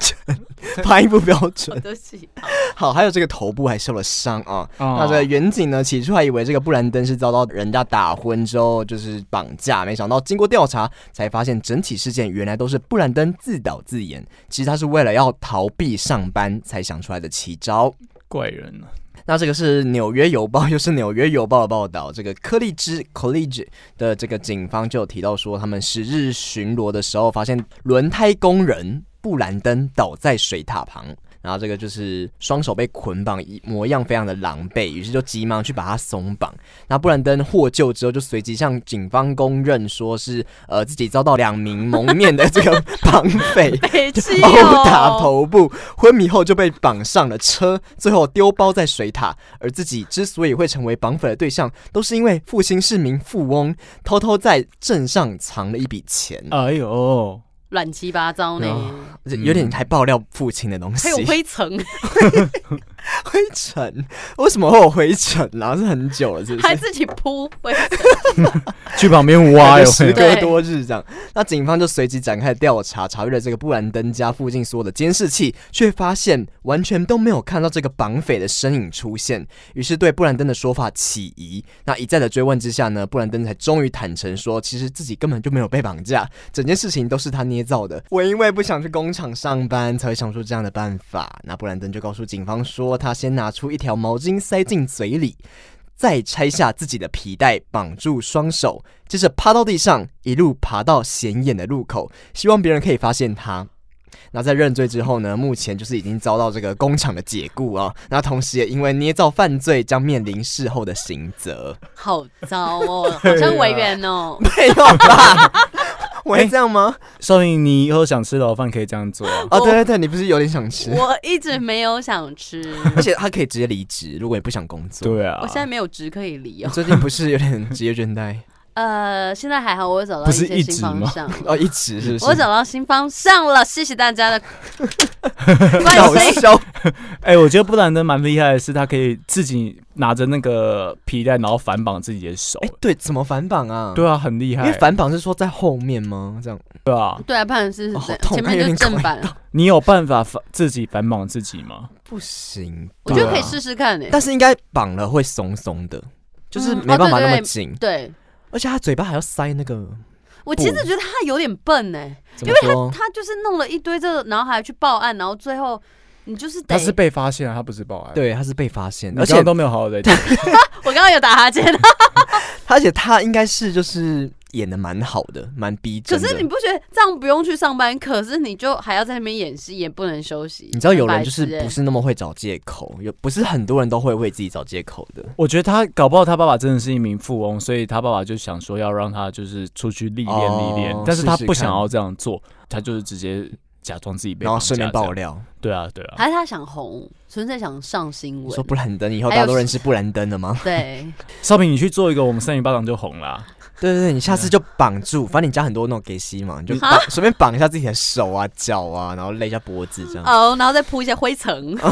[SPEAKER 3] 发音不标准。
[SPEAKER 4] 对不起，
[SPEAKER 3] 好，还有这个头部还受了伤啊。
[SPEAKER 2] 哦
[SPEAKER 3] 那这个远景呢，起初还以为这个布兰登是遭到人家打昏之后就是绑架，没想到经过调查才发现，整体事件原来都是布兰登自导自演。其实他是为了要逃避上班才想出来的奇招。
[SPEAKER 2] 怪人啊！
[SPEAKER 3] 那这个是《纽约邮报》， 又是《纽约邮报》的报道。这个科利兹 （College） 的这个警方就有提到说，他们十日巡逻的时候发现轮胎工人布兰登倒在水塔旁。然后这个就是双手被捆绑，一模样非常的狼狈，于是就急忙去把他松绑。那布兰登获救之后，就随即向警方供认说是呃自己遭到两名蒙面的这个 绑匪
[SPEAKER 4] 北七哦
[SPEAKER 3] 殴哦 打头部，昏迷后就被绑上了车，最后丢包在水塔。而自己之所以会成为绑匪的对象，都是因为父亲是名富翁，偷偷在镇上藏了一笔钱，
[SPEAKER 4] 哦
[SPEAKER 2] 哎呦，
[SPEAKER 4] 乱七八糟呢，
[SPEAKER 3] 而且有点还爆料父亲的东西
[SPEAKER 4] 还。有灰尘，
[SPEAKER 3] 哦灰尘，为什么会有灰尘啊？ 是很久了，是不
[SPEAKER 4] 还
[SPEAKER 3] 是？
[SPEAKER 4] 自己铺灰尘。
[SPEAKER 2] 去旁边挖
[SPEAKER 3] 感
[SPEAKER 2] 哟
[SPEAKER 3] 觉，时
[SPEAKER 4] 对
[SPEAKER 3] 隔多日这样，那警方就随即展开调查，查阅了这个布兰登家附近所有的监视器，却发现完全都没有看到这个绑匪的身影出现，于是对布兰登的说法起疑。那一再的追问之下呢，布兰登才终于坦诚说，其实自己根本就没有被绑架，整件事情都是他捏造的。我因为不想去工厂上班，才会想出这样的办法。那布兰登就告诉警方说，他先拿出一条毛巾塞进嘴里，再拆下自己的皮带绑住双手，接着趴到地上，一路爬到显眼的路口，希望别人可以发现他。那在认罪之后呢，目前就是已经遭到这个工厂的解雇啊、那同时也因为捏造犯罪将面临事后的刑责。
[SPEAKER 4] 好糟哦，
[SPEAKER 3] 啊
[SPEAKER 4] 好像维园哦。
[SPEAKER 3] 没有吧？我会这样吗？
[SPEAKER 2] 少颖，你以后想吃牢饭可以这样做 啊。
[SPEAKER 3] 哦，对对对，你不是啊有点想吃？
[SPEAKER 4] 我一直没有想 吃，
[SPEAKER 3] 而且他可以直接离职，如果你不想工作。
[SPEAKER 2] 对啊，
[SPEAKER 4] 我现在没有职可以离
[SPEAKER 3] 你
[SPEAKER 4] 哦。
[SPEAKER 3] 最近不是有点职业倦怠？
[SPEAKER 4] 呃，现在还好，我有找到
[SPEAKER 2] 不是
[SPEAKER 4] 些
[SPEAKER 2] 一
[SPEAKER 4] 新
[SPEAKER 2] 直
[SPEAKER 4] 方
[SPEAKER 2] 吗
[SPEAKER 4] 向了。
[SPEAKER 3] 哦，一直是不是？
[SPEAKER 4] 我找到新方向了，谢谢大 家的关
[SPEAKER 3] 搞
[SPEAKER 4] 心。
[SPEAKER 3] 笑，
[SPEAKER 2] 哎、我觉得布兰登蛮厉害的是，他可以自己拿着那个皮带，然后反绑自己的手。
[SPEAKER 3] 哎，对，怎么反绑啊？
[SPEAKER 2] 对啊，很厉害。
[SPEAKER 3] 因为反绑是说在后面吗？这样
[SPEAKER 2] 对啊，
[SPEAKER 4] 对啊，不然是
[SPEAKER 3] 哦好痛
[SPEAKER 4] 前
[SPEAKER 3] 还有
[SPEAKER 4] 面就
[SPEAKER 3] 点
[SPEAKER 4] 是正
[SPEAKER 3] 快
[SPEAKER 4] 版，
[SPEAKER 2] 你有办法反自己反绑自己吗？
[SPEAKER 3] 不行吧，
[SPEAKER 4] 我觉得可以
[SPEAKER 3] 对啊
[SPEAKER 4] 试试看诶。
[SPEAKER 3] 但是应该绑了会松松的，就是
[SPEAKER 4] 嗯
[SPEAKER 3] 没
[SPEAKER 4] 哦
[SPEAKER 3] 办法
[SPEAKER 4] 对
[SPEAKER 3] 那么
[SPEAKER 4] 对
[SPEAKER 3] 紧，
[SPEAKER 4] 对
[SPEAKER 3] 而且他嘴巴还要塞那 个，
[SPEAKER 4] 我其实
[SPEAKER 3] 不
[SPEAKER 4] 觉得他有点笨哎、
[SPEAKER 3] 因为他
[SPEAKER 4] 他就是弄了一堆这个，然后还去报案，然后最后你就是得
[SPEAKER 2] 他是被发现了，他不是报案。，
[SPEAKER 3] 对他是被发现，
[SPEAKER 2] 而
[SPEAKER 3] 而
[SPEAKER 2] 且
[SPEAKER 3] 且
[SPEAKER 2] 都没有好好的。
[SPEAKER 4] 我刚刚有打哈欠，啊
[SPEAKER 3] 而且他应该是就是演的蛮好的，蛮逼
[SPEAKER 4] 可
[SPEAKER 3] 真的。
[SPEAKER 4] 是你不觉得这样不用去上班，可是你就还要在那边演戏，也不能休息。
[SPEAKER 3] 你知道有人就是
[SPEAKER 4] 很白痴欸
[SPEAKER 3] 不是那么会找借口，有不是很多人都会为自己找借口的。
[SPEAKER 2] 我觉得他搞不好他爸爸真的是一名富翁，所以他爸爸就想说要让他就是出去历练
[SPEAKER 3] 哦
[SPEAKER 2] 历练，但是他
[SPEAKER 3] 试试
[SPEAKER 2] 不想
[SPEAKER 3] 看
[SPEAKER 2] 要这样做，他就是直接假装自己被
[SPEAKER 3] 然后
[SPEAKER 2] 绑
[SPEAKER 3] 顺便
[SPEAKER 2] 架这样
[SPEAKER 3] 爆。料，
[SPEAKER 2] 对啊，对啊。
[SPEAKER 4] 还是他想红，纯粹想上新
[SPEAKER 3] 你
[SPEAKER 4] 闻
[SPEAKER 3] 说。布兰登以后
[SPEAKER 4] 还
[SPEAKER 3] 大
[SPEAKER 4] 有
[SPEAKER 3] 家都认识布兰登了吗？
[SPEAKER 4] 对，
[SPEAKER 2] 少平，你去做一个，我们三零巴掌就红了啊。
[SPEAKER 4] 哎
[SPEAKER 3] 对对对，你下次就绑
[SPEAKER 4] 嗯
[SPEAKER 3] 住，反正你家很多那种给西嘛，你就
[SPEAKER 4] 啊
[SPEAKER 3] 绑随便绑一下自己的手啊、脚啊，然后勒一下脖子这样。
[SPEAKER 4] 哦，然后再铺一些 灰尘，
[SPEAKER 3] 哦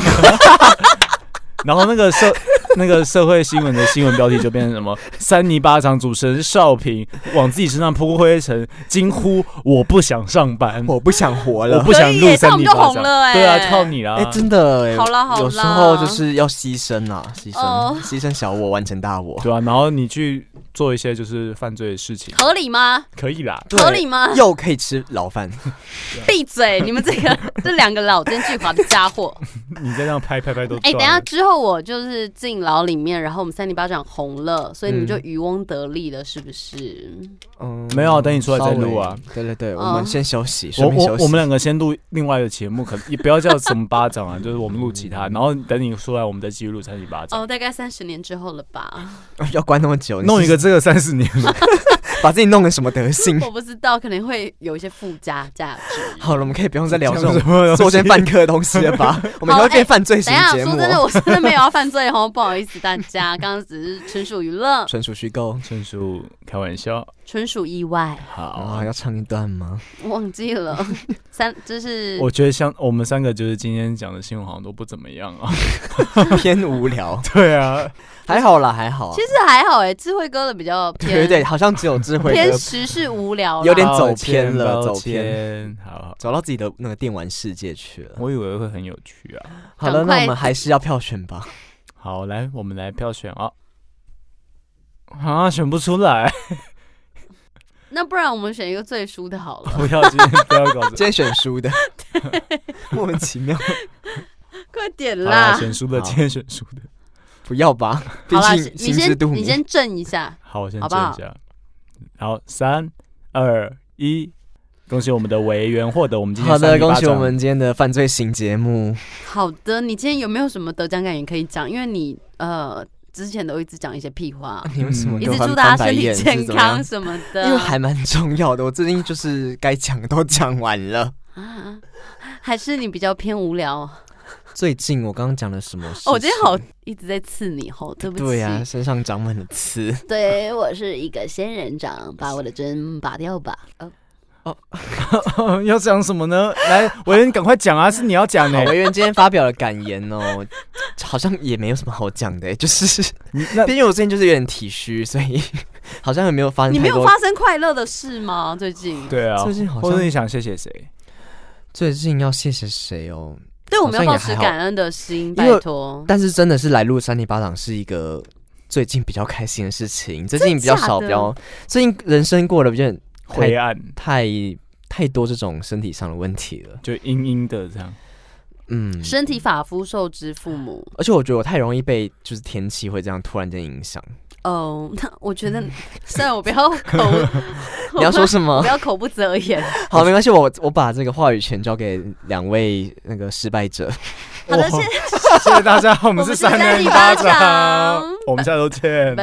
[SPEAKER 2] 然后那个社 那个社会新闻的新闻标题就变成什么“三尼巴掌主持人少平往自己身上扑灰尘，惊呼我不想上班，我
[SPEAKER 3] 我不想活了，
[SPEAKER 2] 不想
[SPEAKER 4] 可以
[SPEAKER 2] 录
[SPEAKER 4] 耶这样
[SPEAKER 2] 三
[SPEAKER 4] 我们
[SPEAKER 2] 尼
[SPEAKER 4] 就
[SPEAKER 2] 巴
[SPEAKER 4] 红
[SPEAKER 2] 掌”
[SPEAKER 4] 了哎
[SPEAKER 2] 对啊，靠你啦！
[SPEAKER 3] 哎、真的哎、
[SPEAKER 4] 好啦好啦
[SPEAKER 3] 有时候就是要牺牲啦，牺牲，牺、
[SPEAKER 4] 哦
[SPEAKER 3] 牲小我，完成大我。
[SPEAKER 2] 对啊，然后你去做一些就是犯罪的事情，
[SPEAKER 4] 合理吗？
[SPEAKER 2] 可以啦。
[SPEAKER 3] 对
[SPEAKER 4] 合理吗？
[SPEAKER 3] 又可以吃牢饭，
[SPEAKER 4] 闭嘴！你们这个这两个老奸巨猾的 家伙。
[SPEAKER 2] 你再这样拍拍拍都
[SPEAKER 4] 哎、
[SPEAKER 2] 断
[SPEAKER 4] 等一下
[SPEAKER 2] 了。
[SPEAKER 4] 之后我就是进牢里面，然后我们三零八掌红了，所以你们就渔翁得利了，是不是？
[SPEAKER 3] 嗯，
[SPEAKER 2] 没有等你出来再录啊
[SPEAKER 3] 稍微。对对对，
[SPEAKER 4] 哦
[SPEAKER 3] 我们先休息，
[SPEAKER 2] 我
[SPEAKER 3] 顺便
[SPEAKER 2] 我
[SPEAKER 3] 休息。
[SPEAKER 2] 我们两个先录另外的节目，可也不要叫什么巴掌啊，就是我们录 其他，然后等你出来，我们再继续录三尼巴掌。
[SPEAKER 4] 哦，大概三十年之后了 吧？
[SPEAKER 3] 要关那么久，你
[SPEAKER 2] 弄一
[SPEAKER 3] 是
[SPEAKER 2] 个这个三十 年了，
[SPEAKER 3] 把自己弄成什么德 性？
[SPEAKER 4] 我不知道，可能会有一些附加价值。
[SPEAKER 3] 好了，我们可以不用再聊这种
[SPEAKER 2] 讲什么东西
[SPEAKER 3] 作奸犯科的东西了 吧？我们以后会变犯罪型
[SPEAKER 4] 哎等一下，
[SPEAKER 3] 节
[SPEAKER 4] 说
[SPEAKER 3] 目
[SPEAKER 4] 真的，
[SPEAKER 3] 哦，
[SPEAKER 4] 我真的没有要犯罪哦，不好意思大家，刚刚只是纯属 娱乐，
[SPEAKER 3] 纯属虚构。
[SPEAKER 2] 纯属开玩笑。哎
[SPEAKER 4] 纯属意外，
[SPEAKER 2] 好
[SPEAKER 3] 啊、，要唱一段吗？
[SPEAKER 4] 忘记了三，就是
[SPEAKER 2] 我觉得像我们三个就是今天讲的新闻好像都不怎么样 啊。
[SPEAKER 3] 偏无 聊，
[SPEAKER 2] 对啊，
[SPEAKER 3] 还好啦，还好啊。
[SPEAKER 4] 其实还好哎、智慧哥的比较偏
[SPEAKER 3] 对对对，好像 只有智慧哥
[SPEAKER 4] 偏时事无聊啦，
[SPEAKER 3] 有点走偏了
[SPEAKER 2] 抱
[SPEAKER 3] 走
[SPEAKER 2] 歉。好好，
[SPEAKER 3] 走到自己的那个电玩世界去了。
[SPEAKER 2] 我以为会很有趣啊。
[SPEAKER 3] 好了，
[SPEAKER 4] 赶快
[SPEAKER 3] 那我们还是要票选吧。
[SPEAKER 2] 好，来，我们来票选啊。啊，选不出来，
[SPEAKER 4] 那不然我们选一个最输的好 了，
[SPEAKER 2] 不要今天不要搞
[SPEAKER 3] 今
[SPEAKER 2] 这。
[SPEAKER 3] 天选输的，莫名其妙，
[SPEAKER 4] 快点
[SPEAKER 2] 好啦，
[SPEAKER 4] 啦！
[SPEAKER 2] 选输的，
[SPEAKER 3] 好
[SPEAKER 2] 今天选输的。
[SPEAKER 3] 不要吧？毕
[SPEAKER 4] 好啦，
[SPEAKER 3] 竟
[SPEAKER 4] 你
[SPEAKER 3] 心知
[SPEAKER 4] 先
[SPEAKER 3] 肚
[SPEAKER 4] 你
[SPEAKER 3] 明。
[SPEAKER 4] 先震一下，
[SPEAKER 2] 好，我先
[SPEAKER 4] 好
[SPEAKER 2] 整
[SPEAKER 4] 不好
[SPEAKER 2] 一下。好，三二一恭喜我们的委员获得我们今天
[SPEAKER 3] 好的，
[SPEAKER 2] 318
[SPEAKER 3] 恭喜
[SPEAKER 2] 奖
[SPEAKER 3] 我们今天的犯罪型节目。
[SPEAKER 4] 好的，你今天有没有什么得奖感言可以讲？因为你呃之前都一直讲一些 屁话，
[SPEAKER 3] 你为什么
[SPEAKER 4] 一
[SPEAKER 3] 给我
[SPEAKER 4] 直
[SPEAKER 3] 翻
[SPEAKER 4] 祝大
[SPEAKER 3] 翻
[SPEAKER 4] 家
[SPEAKER 3] 白
[SPEAKER 4] 身体
[SPEAKER 3] 眼？
[SPEAKER 4] 健
[SPEAKER 3] 是怎么
[SPEAKER 4] 康
[SPEAKER 3] 样？
[SPEAKER 4] 什么的。
[SPEAKER 3] 因为还蛮重要的，我最近就是该讲的都讲完了。
[SPEAKER 4] 啊，还是你比较偏无聊哦。
[SPEAKER 3] 最近我刚刚讲了什么事情？
[SPEAKER 4] 哦我今天好一直在刺你吼，对不啊起。
[SPEAKER 3] 对呀、身上长满了刺。
[SPEAKER 4] 对我是一个仙人掌，把我的针拔掉吧。哦，
[SPEAKER 2] 嗯 要讲什么呢？来，委员赶快讲啊，是你要讲呢、
[SPEAKER 3] 好，维园今天发表了感言哦，好像也没有什么好讲的、欸就是
[SPEAKER 2] 你那
[SPEAKER 3] 因为我最近就是有点体虚，所以好像也没有发生
[SPEAKER 4] 你
[SPEAKER 3] 啊太
[SPEAKER 4] 没有
[SPEAKER 3] 多。
[SPEAKER 4] 发生快乐的事吗？最近？
[SPEAKER 2] 对啊，
[SPEAKER 3] 最近好像
[SPEAKER 2] 或者你想谢谢谁？
[SPEAKER 3] 最近要谢谢谁哦？
[SPEAKER 4] 对，我们要
[SPEAKER 3] 好
[SPEAKER 4] 保
[SPEAKER 3] 像
[SPEAKER 4] 持
[SPEAKER 3] 也还好
[SPEAKER 4] 感恩的心，
[SPEAKER 3] 因为
[SPEAKER 4] 拜托。
[SPEAKER 3] 但是真的是来录三里巴掌是一个最近比较开心的事情，最近比较少
[SPEAKER 4] 真假的
[SPEAKER 3] 比较，最近人生过得比较
[SPEAKER 2] 灰
[SPEAKER 3] 太
[SPEAKER 2] 暗，
[SPEAKER 3] 太太多这种身体上的问题了。
[SPEAKER 2] 就阴阴的这样。
[SPEAKER 3] 嗯，
[SPEAKER 4] 身体发肤受之父母。
[SPEAKER 3] 而且我觉得我太容易被就是天气会这样突然间影 响。
[SPEAKER 4] 哦，那我觉 得，算了，我不 要口，
[SPEAKER 3] 嗯你要说什
[SPEAKER 4] 我
[SPEAKER 3] 么
[SPEAKER 4] 不？要口不择言。
[SPEAKER 3] 好，没关系，我我把这个话语权交给两位那个失败者。
[SPEAKER 4] 好的
[SPEAKER 2] 哇谢谢大家，我们
[SPEAKER 4] 我们是
[SPEAKER 2] 三
[SPEAKER 4] 三
[SPEAKER 2] 人
[SPEAKER 4] 人巴掌
[SPEAKER 2] 我们下周见，
[SPEAKER 4] 拜